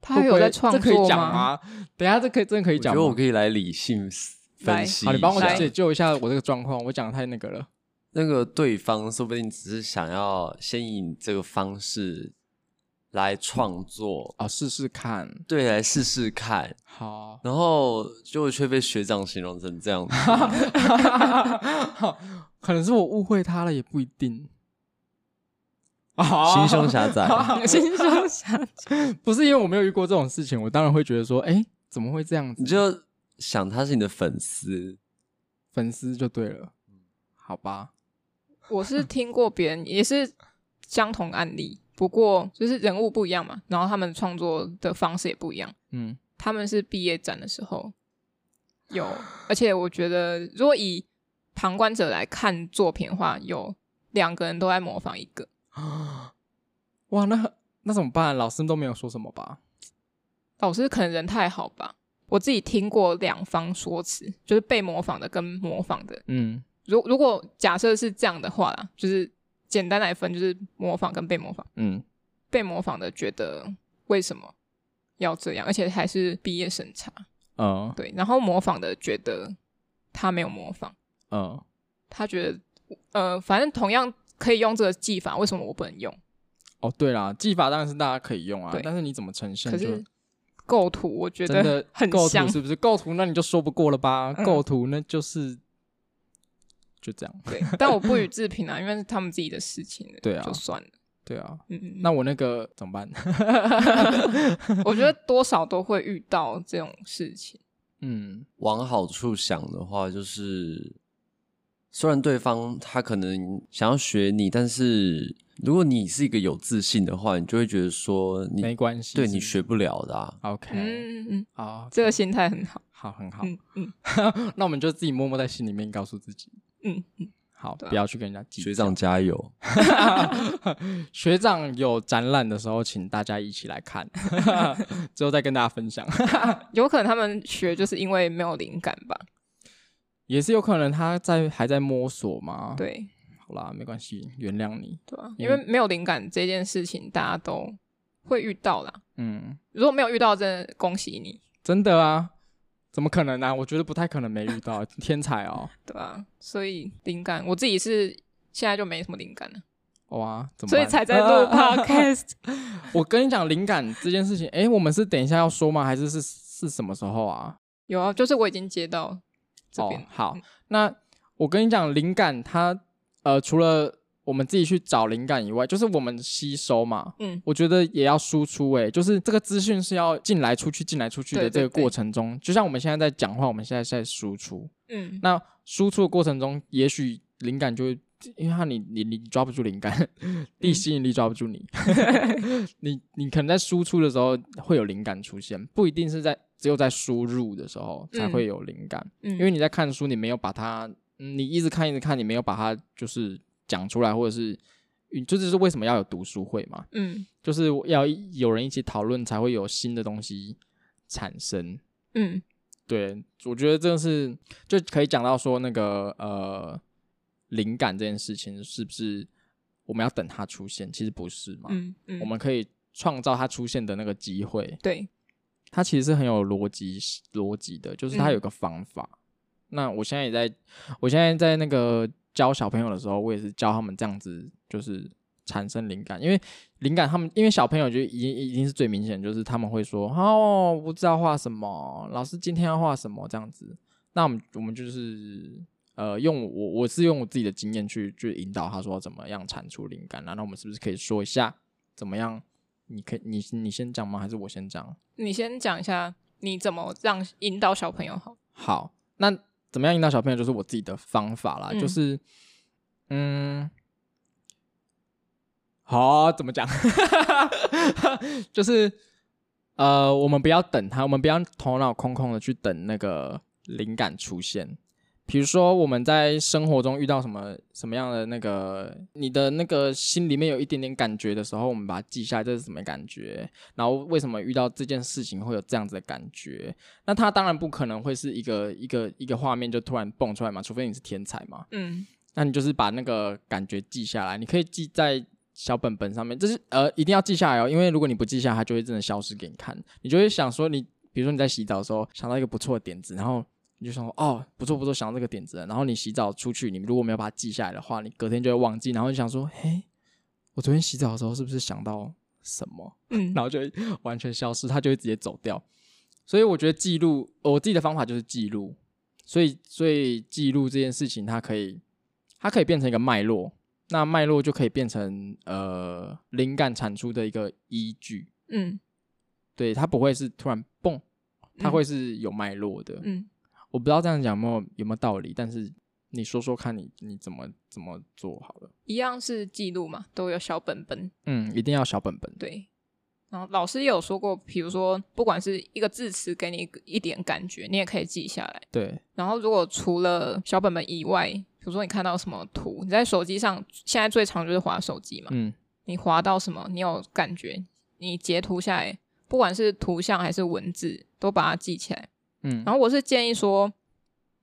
Speaker 1: 他还有在创
Speaker 2: 这可以
Speaker 1: 作
Speaker 2: 讲？吗？等一下，这可以真的可以
Speaker 3: 我觉
Speaker 2: 讲
Speaker 3: 得
Speaker 2: 吗？
Speaker 3: 我可以来理性
Speaker 1: 来
Speaker 3: 分析一下。
Speaker 2: 好，你帮我
Speaker 1: 来
Speaker 2: 解救一下我这个状况，我讲得太那个了。
Speaker 3: 那个对方说不定只是想要先以你这个方式来创作，
Speaker 2: 哦，试试看。
Speaker 3: 对，来试试看。
Speaker 2: 好，
Speaker 3: 然后就却被学长形容成这 样子啊、
Speaker 2: 可能是我误会他了，也不一定。啊
Speaker 3: 心胸狭窄。
Speaker 1: 心胸狭窄，
Speaker 2: 不是因为我没有遇过这种事情，我当然会觉得说，哎、怎么会这样子
Speaker 3: 你？就想他是你的粉丝，
Speaker 2: 粉丝就对了，好吧？
Speaker 1: 我是听过别人也是相同案例，不过就是人物不一样嘛，然后他们创作的方式也不一样。
Speaker 2: 嗯，
Speaker 1: 他们是毕业展的时候有，而且我觉得如果以旁观者来看作品的话，有两个人都在模仿一个，
Speaker 2: 哇，那那怎么办？老师都没有说什么吧？
Speaker 1: 老师可能人太好吧。我自己听过两方说辞，就是被模仿的跟模仿的。
Speaker 2: 嗯，
Speaker 1: 如如果假设是这样的话啦，就是简单来分，就是模仿跟被模仿。
Speaker 2: 嗯，
Speaker 1: 被模仿的觉得为什么要这样，而且还是毕业审查，
Speaker 2: 呃，
Speaker 1: 对。然后模仿的觉得他没有模仿，
Speaker 2: 呃，
Speaker 1: 他觉得呃，反正同样可以用这个技法，为什么我不能用？
Speaker 2: 哦，对啦，技法当然是大家可以用啊
Speaker 1: 对，
Speaker 2: 但是你怎么呈现
Speaker 1: 可
Speaker 2: 就是
Speaker 1: 构图我觉
Speaker 2: 真的
Speaker 1: 得很
Speaker 2: 构
Speaker 1: 像
Speaker 2: 图，是不是？构图那你就说不过了吧？
Speaker 1: 嗯
Speaker 2: 构图那就是就这样，
Speaker 1: 对，但我不予置评啊，因为是他们自己的事情了，
Speaker 2: 对啊
Speaker 1: 就算了。
Speaker 2: 对啊。
Speaker 1: 嗯嗯，
Speaker 2: 那我那个怎么办？
Speaker 1: 嗯我觉得多少都会遇到这种事 情，
Speaker 2: 嗯，
Speaker 3: 往好处想的话，就是虽然对方他可能想要学你，但是如果你是一个有自信的话，你就会觉得说你
Speaker 2: 没关系，
Speaker 3: 对
Speaker 2: 是
Speaker 3: 你
Speaker 2: 不是
Speaker 3: 学不了的、啊。
Speaker 2: OK
Speaker 1: 嗯嗯嗯，
Speaker 2: 哦，
Speaker 1: 这个心态很好，
Speaker 2: 好，很好。
Speaker 1: 嗯嗯
Speaker 2: 那我们就自己默默在心里面告诉自己，
Speaker 1: 嗯嗯，
Speaker 2: 好，
Speaker 1: 对啊
Speaker 2: 不要去跟人家计较
Speaker 3: 学长，加油！
Speaker 2: 学长有展览的时候，请大家一起来看， 之后再跟大家分享。
Speaker 1: 有可能他们学就是因为没有灵感吧，
Speaker 2: 也是有可能他在还在摸索嘛。，
Speaker 1: 对
Speaker 2: 好啦，没关系，原谅你。
Speaker 1: 对啊，
Speaker 2: 嗯因
Speaker 1: 因为
Speaker 2: 为
Speaker 1: 没有灵感这件事情大家都会遇到啦，
Speaker 2: 嗯，
Speaker 1: 如果没有遇到，真的恭喜你，
Speaker 2: 真的啊？怎么可能呢、啊？我觉得不太可能没遇到天才 哦。
Speaker 1: 对啊，所以灵感我自己是现在就没什么灵感了，
Speaker 2: 哇，怎么
Speaker 1: 所
Speaker 2: 办？啊
Speaker 1: 以才在录 podcast。
Speaker 2: 我跟你讲，灵感这件事情，诶，我们是等一下要说吗？还是是是什么时候啊？
Speaker 1: 有啊，就是我已经接到这边嗯
Speaker 2: 哦，，好，那我跟你讲，灵感它呃，除了我们自己去找灵感以外，就是我们吸收嘛。
Speaker 1: 嗯，
Speaker 2: 我觉得也要输出诶、就是这个资讯是要进来出去、进来出去的
Speaker 1: 对对
Speaker 2: 这个
Speaker 1: 对
Speaker 2: 过程中，就像我们现在在讲话，我们现在在输出，
Speaker 1: 嗯，
Speaker 2: 那输出的过程中，也许灵感就会，因为它你你你抓不住灵感，
Speaker 1: 嗯
Speaker 2: 地吸引力抓不住 你，你你可能在输出的时候会有灵感出现，不一定是在只有在输入的时候才
Speaker 1: 嗯
Speaker 2: 会有灵感，
Speaker 1: 因
Speaker 2: 因为你在嗯看书，你没有把它，嗯你一直看一直看，你没有把它就是讲出来，或者是运，就这是为什么要有读书会嘛，
Speaker 1: 嗯
Speaker 2: 就是要有人一起讨论，才会有新的东西产生。
Speaker 1: 嗯
Speaker 2: 对，我觉得这是就可以讲到说那个呃灵感这件事情是不是我们要等它出现？其实不是嘛，
Speaker 1: 嗯嗯，
Speaker 2: 我们可以创造它出现的那个机会。
Speaker 1: 对，
Speaker 2: 它其实是很有逻辑逻辑的，就是它有个方法。那我现在也在，我现在在那个教小朋友的时候，我也是教他们这样子，就是产生灵感，因为灵感他们，因为小朋友就已经已经是最明显，就是他们会说哦，不知道画什么，老师今天要画什么这样子。那我们我们就是呃，用我我是用我自己的经验去去引导他说怎么样产出灵感，然后我们是不是可以说一下怎么样？你可以你你先讲吗？还是我先讲？
Speaker 1: 你先讲一下你怎么让引导小朋友好。
Speaker 2: 好，那怎么样引导小朋友，就是我自己的方法啦，
Speaker 1: 嗯
Speaker 2: 就是嗯，好，怎么讲？ 就是呃，我们不要等他，我们不要头脑空空的去等那个灵感出现。比如说我们在生活中遇到什么什么样的那个，你的那个心里面有一点点感觉的时候，我们把它记下来，这是什么感觉？然后为什么遇到这件事情会有这样子的感觉？那它当然不可能会是一个一个一个画面就突然蹦出来嘛，除非你是天才嘛。
Speaker 1: 嗯
Speaker 2: 那你就是把那个感觉记下来，你可以记在小本本上面，这是呃一定要记下来哦，因为如果你不记下来，它就会真的消失给你看。你就会想说你，比如说你在洗澡的时候想到一个不错的点子，然后你就想说哦不错不错，想到这个点子了，然后你洗澡出去，你如果没有把它记下来的话，你隔天就会忘记，然后你想说，嘿，我昨天洗澡的时候是不是想到什么？
Speaker 1: 嗯
Speaker 2: 然后就会完全消失，它就会直接走掉。所以我觉得记录，我自己的方法就是记录。所以，所以记录这件事情，它可以，它可以变成一个脉络，那脉络就可以变成呃灵感产出的一个依据。
Speaker 1: 嗯
Speaker 2: 对，它不会是突然蹦，它会是有脉络的。
Speaker 1: 嗯，
Speaker 2: 我不知道这样讲有没有有没有道理，但是你说说看你你怎么怎么做好了。
Speaker 1: 一样是记录嘛，都有小本本。
Speaker 2: 嗯，一定要小本本。
Speaker 1: 对，然后老师也有说过，比如说不管是一个字词给你一个一点感觉，你也可以记下来。
Speaker 2: 对，
Speaker 1: 然后如果除了小本本以外，比如说你看到什么图，你在手机上现在最常就是滑手机嘛，
Speaker 2: 嗯
Speaker 1: 你滑到什么你有感觉，你截图下来，不管是图像还是文字，都把它记起来。
Speaker 2: 嗯
Speaker 1: 然后我是建议说，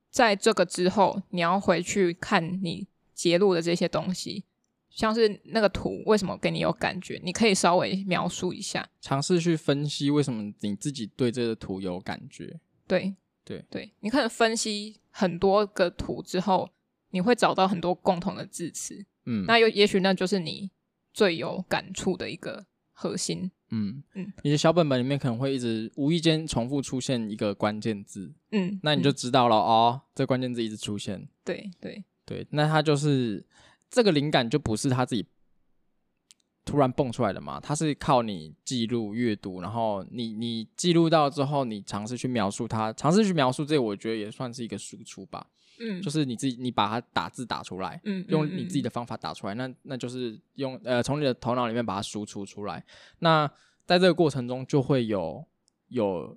Speaker 1: 在这个之后，你要回去看你截录的这些东西，像是那个图为什么给你有感觉，你可以稍微描述一下。
Speaker 2: 尝试去分析为什么你自己对这个图有感觉。
Speaker 1: 对
Speaker 2: 对
Speaker 1: 对，你可能分析很多个图之后，你会找到很多共同的字词，
Speaker 2: 嗯，
Speaker 1: 那又也许那就是你最有感触的一个核心。
Speaker 2: 嗯
Speaker 1: 嗯
Speaker 2: 你的小本本里面可能会一直无意间重复出现一个关键字，
Speaker 1: 嗯，
Speaker 2: 那你就
Speaker 1: 嗯
Speaker 2: 知道了、哦，这关键字一直出现。
Speaker 1: 对对，
Speaker 2: 对，那它就是这个灵感就不是他自己突然蹦出来的嘛，它是靠你记录、阅读，然后你你记录到之后，你尝试去描述它，尝试去描述这，我觉得也算是一个输出吧，
Speaker 1: 嗯，
Speaker 2: 就是是你自己你把它打字打出来，
Speaker 1: 嗯
Speaker 2: 用你自己的，方法打出来，那那就是用呃从你的头脑里面把它输出出来。那在这个过程中就会有有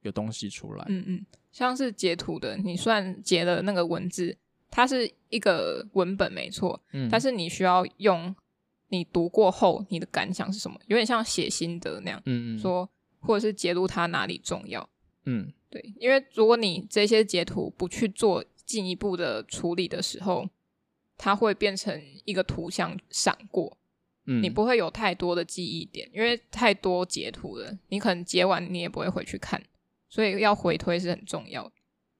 Speaker 2: 有东西出来，
Speaker 1: 嗯嗯嗯嗯，像是截图的，你算截了那个文字，它是一个文本没错，
Speaker 2: 嗯
Speaker 1: 但是你需要用你读过后你的感想是什么，有点像写心得那样，
Speaker 2: 嗯嗯
Speaker 1: 说或者是截录它哪里重要。
Speaker 2: 嗯
Speaker 1: 对，因为如果你这些截图不去做进一步的处理的时候，它会变成一个图像闪过，
Speaker 2: 嗯
Speaker 1: 你不会有太多的记忆点，因为太多截图了，你可能截完你也不会回去看，所以要回推是很重要的。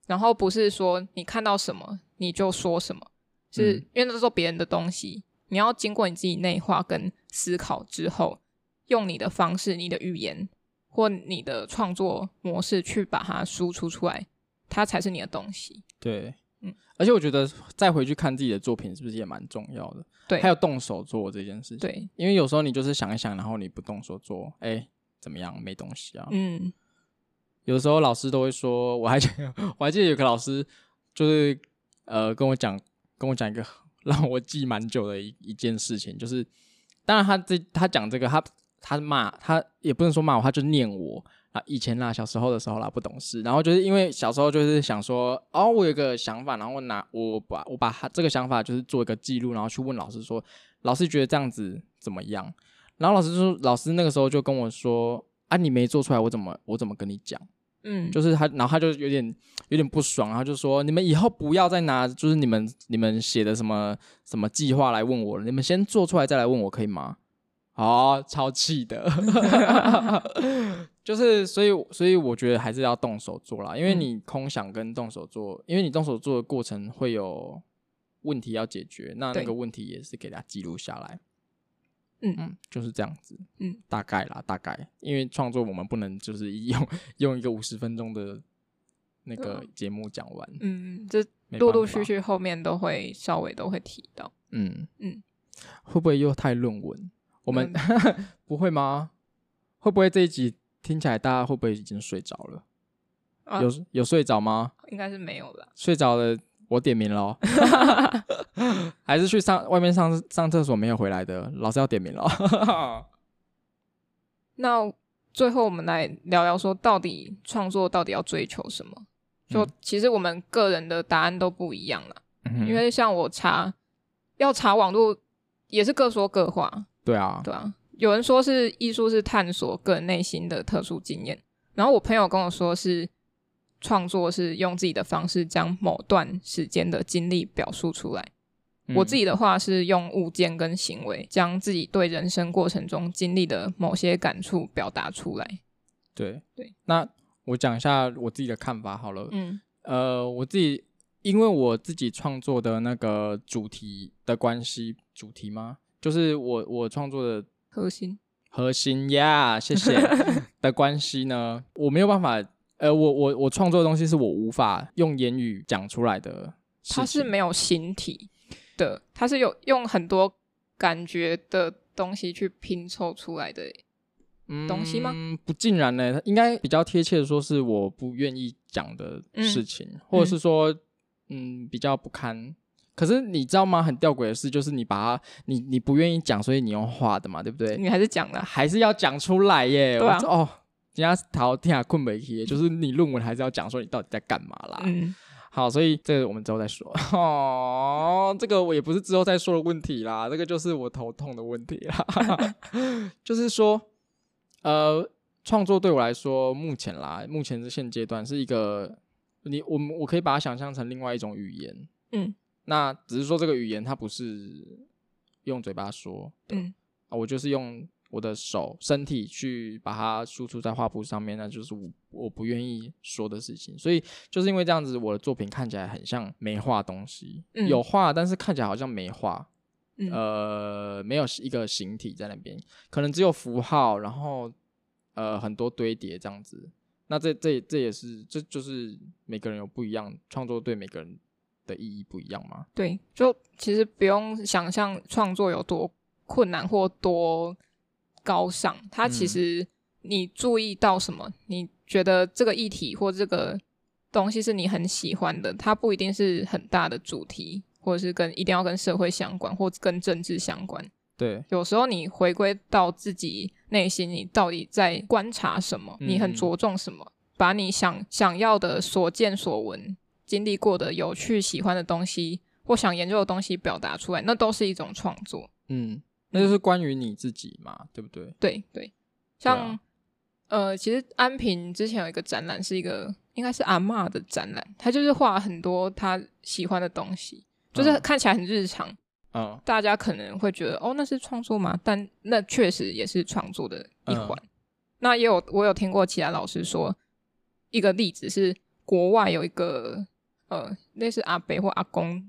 Speaker 1: 然后不是说你看到什么你就说什么，是
Speaker 2: 嗯
Speaker 1: 因为那都是别人的东西，你要经过你自己内化跟思考之后，用你的方式、你的语言或你的创作模式去把它输出出来，它才是你的东西。
Speaker 2: 对，
Speaker 1: 嗯
Speaker 2: 而且我觉得再回去看自己的作品是不是也蛮重要的，
Speaker 1: 对
Speaker 2: 还有动手做这件事情，，
Speaker 1: 对，
Speaker 2: 因为有时候你就是想一想，然后你不动手做，哎、怎么样，没东西啊，
Speaker 1: 嗯
Speaker 2: 有时候老师都会说，我还记我还记得 有个老师就是呃跟我讲跟我讲一个 让我记蛮久的一一件事情，就是当然他这他讲这个他他骂他也不能说骂我，他就念我啊以前啦小时候的时候啦不懂事，然后就是因为小时候就是想说哦我有个想法，然后我拿我把我把他这个想法就是做一个记录，然后去问老师说老师觉得这样子怎么样？然后老师就说，老师那个时候就跟我说啊，你没做出来，我怎么我怎么跟你讲？
Speaker 1: 嗯，
Speaker 2: 就是他，然后他就有点有点不爽，然后就说你们以后不要再拿就是你们你们写的什么什么计划来问我了，你们先做出来再来问我可以吗？哦，超 气的， 就是所以所以我觉得还是要动手做啦，因
Speaker 1: 嗯
Speaker 2: 为你空想跟动手做，因为你动手做的过程会有问题要解决，那那
Speaker 1: 对
Speaker 2: 个问题也是给它记录下来。
Speaker 1: 嗯
Speaker 2: 嗯，就是这样子。
Speaker 1: 嗯，
Speaker 2: 大概啦，大概，因为创作我们不能就是一用用一个五十分钟的那
Speaker 1: 啊
Speaker 2: 个节目讲完，
Speaker 1: 嗯，这
Speaker 2: 没
Speaker 1: 陆
Speaker 2: 办
Speaker 1: 陆续
Speaker 2: 法，
Speaker 1: 续后面都会稍微都会提到。
Speaker 2: 嗯嗯
Speaker 1: 嗯，
Speaker 2: 会不会又太论文？我们、 不会吗？会不会这一集听起来大家会不会已经睡着了？
Speaker 1: 啊
Speaker 2: 有有睡着吗？
Speaker 1: 应该是没有啦。
Speaker 2: 睡着了，我点 名喽。还是去上外面上上厕所没有回来的，老师要点名了。哦
Speaker 1: 那最后我们来聊聊说，到底创作到底要追求什么？就
Speaker 2: 嗯
Speaker 1: 其实我们个人的答案都不一样啦，因为像我查要查网络也是各说各话，
Speaker 2: 对啊，
Speaker 1: 对啊，有人说是艺术是探索个人内心的特殊经验，然后我朋友跟我说是创作是用自己的方式将某段时间的经历表述出来。我自
Speaker 2: 己
Speaker 1: 己的话是用物件跟行为，将自己对人生过程中经历的某些感触表达出来。
Speaker 2: 对
Speaker 1: 对。
Speaker 2: 那我讲一下我自己的看法好了。
Speaker 1: 嗯
Speaker 2: 呃，我自己因为我自己创作的那个主题的关系，主题吗？就是我我创作的
Speaker 1: 核心
Speaker 2: 核心呀谢 谢的关系呢，我没有办法，呃，我我我创作的东西是我无法用言语讲出来的事情，
Speaker 1: 它是没有形体的，它是有用很多感觉的东西去拼凑出来的。东西吗
Speaker 2: 嗯，不尽然呢，应该比较贴切的说是我不愿意讲的事情，或者是说，嗯，比较不堪。可是你知道吗？很吊诡的事就是你把它，你你不愿意讲，所以你用画的嘛，对不对？
Speaker 1: 你还是讲了，
Speaker 2: 还是要讲出来耶。
Speaker 1: 嗯对啊
Speaker 2: 我就哦，人家讨天下困不起，就是你论文还是要讲说你到底在干嘛啦。
Speaker 1: 嗯，
Speaker 2: 好，所以这个我们之后再说。 哦，这个我也不是之后再说的问题啦，这个就是我头痛的问题啦。就是说，呃，创作对我来说，目前啦，目前是现阶段是一个，你我们我可以把它想象成另外一种语言。
Speaker 1: 嗯，
Speaker 2: 那只是说这个语言它不是用嘴巴说的，
Speaker 1: 嗯
Speaker 2: 啊，我就是用我的手、身体去把它输出在画布上面，那就是我我不愿意说的事情。所以就是因为这样子，我的作品看起来很像没画东西，
Speaker 1: 嗯
Speaker 2: 有画，但是看起来好像没画，
Speaker 1: 嗯
Speaker 2: 呃，没有一个形体在那边，可能只有符号，然后呃很多堆叠这样子。那这这这也是这就是每个人有不一样，创作对每个人的意义不一样嘛。
Speaker 1: 对，就其实不用想象创作有多困难或多高尚，它其
Speaker 2: 嗯
Speaker 1: 实你注意到什么，你觉得这个议题或这个东西是你很喜欢的，它不一定是很大的主题，或者是跟一定要跟社会相关或跟政治相关。
Speaker 2: 对，
Speaker 1: 有时候你回归到自己内心，你到底在观察什么？
Speaker 2: 嗯
Speaker 1: 你很着重什么？把你想想要的所见所闻、经历过的有趣、喜欢的东西，或想研究的东西表达出来，那都是一种创作。
Speaker 2: 嗯，那就是关于你自己嘛，对不对？
Speaker 1: 对对，
Speaker 2: 对啊
Speaker 1: 像呃，其实安平之前有一个展览，是一个应该是阿嬷的展览，她就是画很多她喜欢的东西，就是
Speaker 2: 嗯
Speaker 1: 看起来很日常，
Speaker 2: 嗯
Speaker 1: 大家可能会觉得哦，那是创作嘛，但那确实也是创作的一环。那也有我有听过其他老师说，一个例子是国外有一个呃类似阿伯或阿公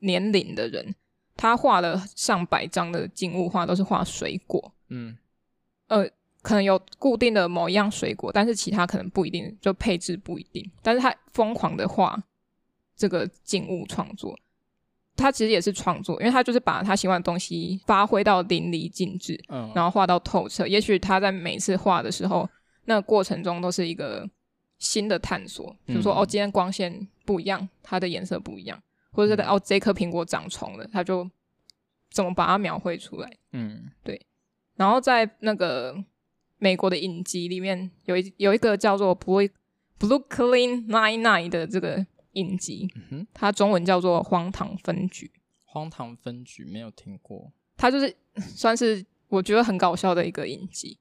Speaker 1: 年龄的人，他画了上百张的静物画，都是画水果，
Speaker 2: 嗯
Speaker 1: 可能有固定的某一样水果，但是其他可能不一定，就配置不一定。但是他疯狂的画这个静物创作，他其实也是创作，因为他就是把他喜欢的东西发挥到淋漓尽致，
Speaker 2: 嗯，
Speaker 1: 然后画到透彻。也许他在每次画的时候，那个过程中都是一个新的探索，比如说、
Speaker 2: 嗯
Speaker 1: 哦，今天光线不一样，它的颜色不一样，或者是哦，这颗苹果长虫了，他就怎么把它描绘出来。
Speaker 2: 嗯
Speaker 1: 然后在那个美国的影集里面，有一有一个叫做《Blue Brooklyn Nine Nine》的这个影集，
Speaker 2: 嗯哼，
Speaker 1: 它中文叫做《荒唐分局》。
Speaker 2: 荒唐分局没有听过，
Speaker 1: 它就是 算是我觉得很搞笑的一个影集，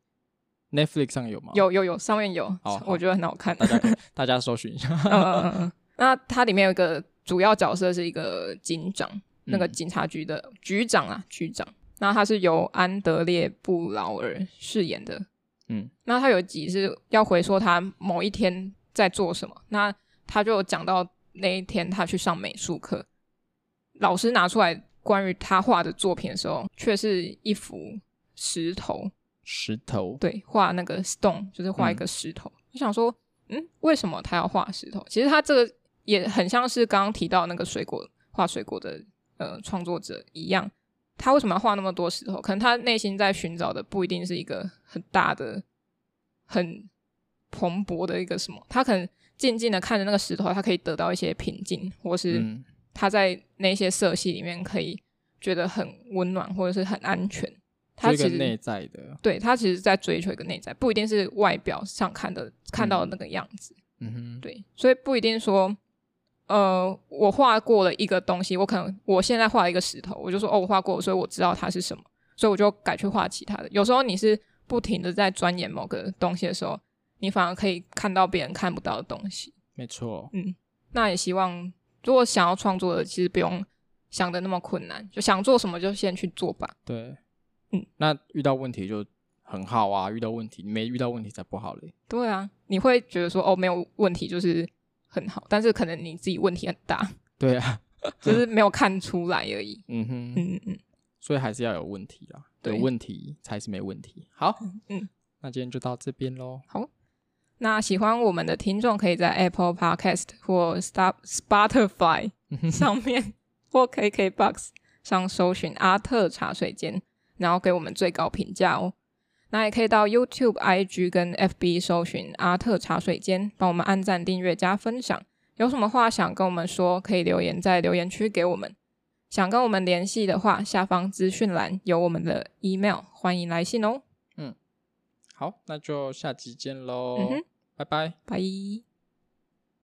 Speaker 2: Netflix 上有吗？，
Speaker 1: 有有有，上面有
Speaker 2: 好好，
Speaker 1: 我觉得很好看。
Speaker 2: 大家可以大家搜寻一下。
Speaker 1: 嗯 嗯嗯嗯，那它里面有一个主要角色是一个警长，那个
Speaker 2: 嗯
Speaker 1: 警察局的局长啊，局长。那他是由安德烈·布劳尔饰演的。
Speaker 2: 嗯，
Speaker 1: 那他有一集是要回溯他某一天在做什么。那他就有讲到那一天他去上美术课，老师拿出来关于他画的作品的时候，却是一幅石头。
Speaker 2: 石头，
Speaker 1: 对，画那个 stone 就是画
Speaker 2: 嗯
Speaker 1: 一个石头。我想说，嗯，为什么他要画石头？其实他这个也很像是刚刚提到那个水果画水果的呃创作者一样，他为什么要画那么多石头？可能他内心在寻找的不一定是一个很大的、很蓬勃的一个什么，他可能静静的看着那个石头，他可以得到一些平静，或是、
Speaker 2: 嗯
Speaker 1: 他在那些色系里面可以觉得很温暖，或者是很安全。他
Speaker 2: 这
Speaker 1: 其
Speaker 2: 个
Speaker 1: 实
Speaker 2: 内在的，
Speaker 1: 对他其实在追求一个内在，不一定是外表上看的看到的那个样子。
Speaker 2: 嗯哼，
Speaker 1: 对，所以不一定说，呃，我画过了一个东西，我可能我现在画了一个石头，我就说哦，我画过，所以我知道它是什么，所以我就改去画其他的。有时候你是不停的在钻研某个东西的时候，你反而可以看到别人看不到的东西。
Speaker 2: 没错，
Speaker 1: 那也希望，如果想要创作的，其实不用想的那么困难，就想做什么就先去做吧。
Speaker 2: 对，
Speaker 1: 嗯，
Speaker 2: 那遇到问题就很好啊，遇到问题，没遇到问题才不好嘞。
Speaker 1: 对啊，你会觉得说哦没有问题就是很好，但是可能你自己问题很大，
Speaker 2: 对啊，
Speaker 1: 只是没有看出来而已。
Speaker 2: 嗯哼，
Speaker 1: 嗯嗯嗯，
Speaker 2: 所以还是要有问题啦，有
Speaker 1: 对
Speaker 2: 问题才是没问题。好，
Speaker 1: 嗯，
Speaker 2: 那今天就到这边喽。
Speaker 1: 那喜欢我们的听众可以在 Apple Podcast 或 Star Spotify 上面或 KKBox 上搜寻阿特茶水间，然后给我们最高评价哦。那也可以到 YouTube、IG 跟 FB 搜寻阿特茶水间，帮我们按赞、订阅、加分享。有什么话想跟我们说，可以留言在留言区给我们。想跟我们联系的话，下方资讯栏有我们的 email，欢迎来信哦。
Speaker 2: 好，那就下集见喽，
Speaker 1: 嗯哼，
Speaker 2: 拜拜。
Speaker 1: 拜。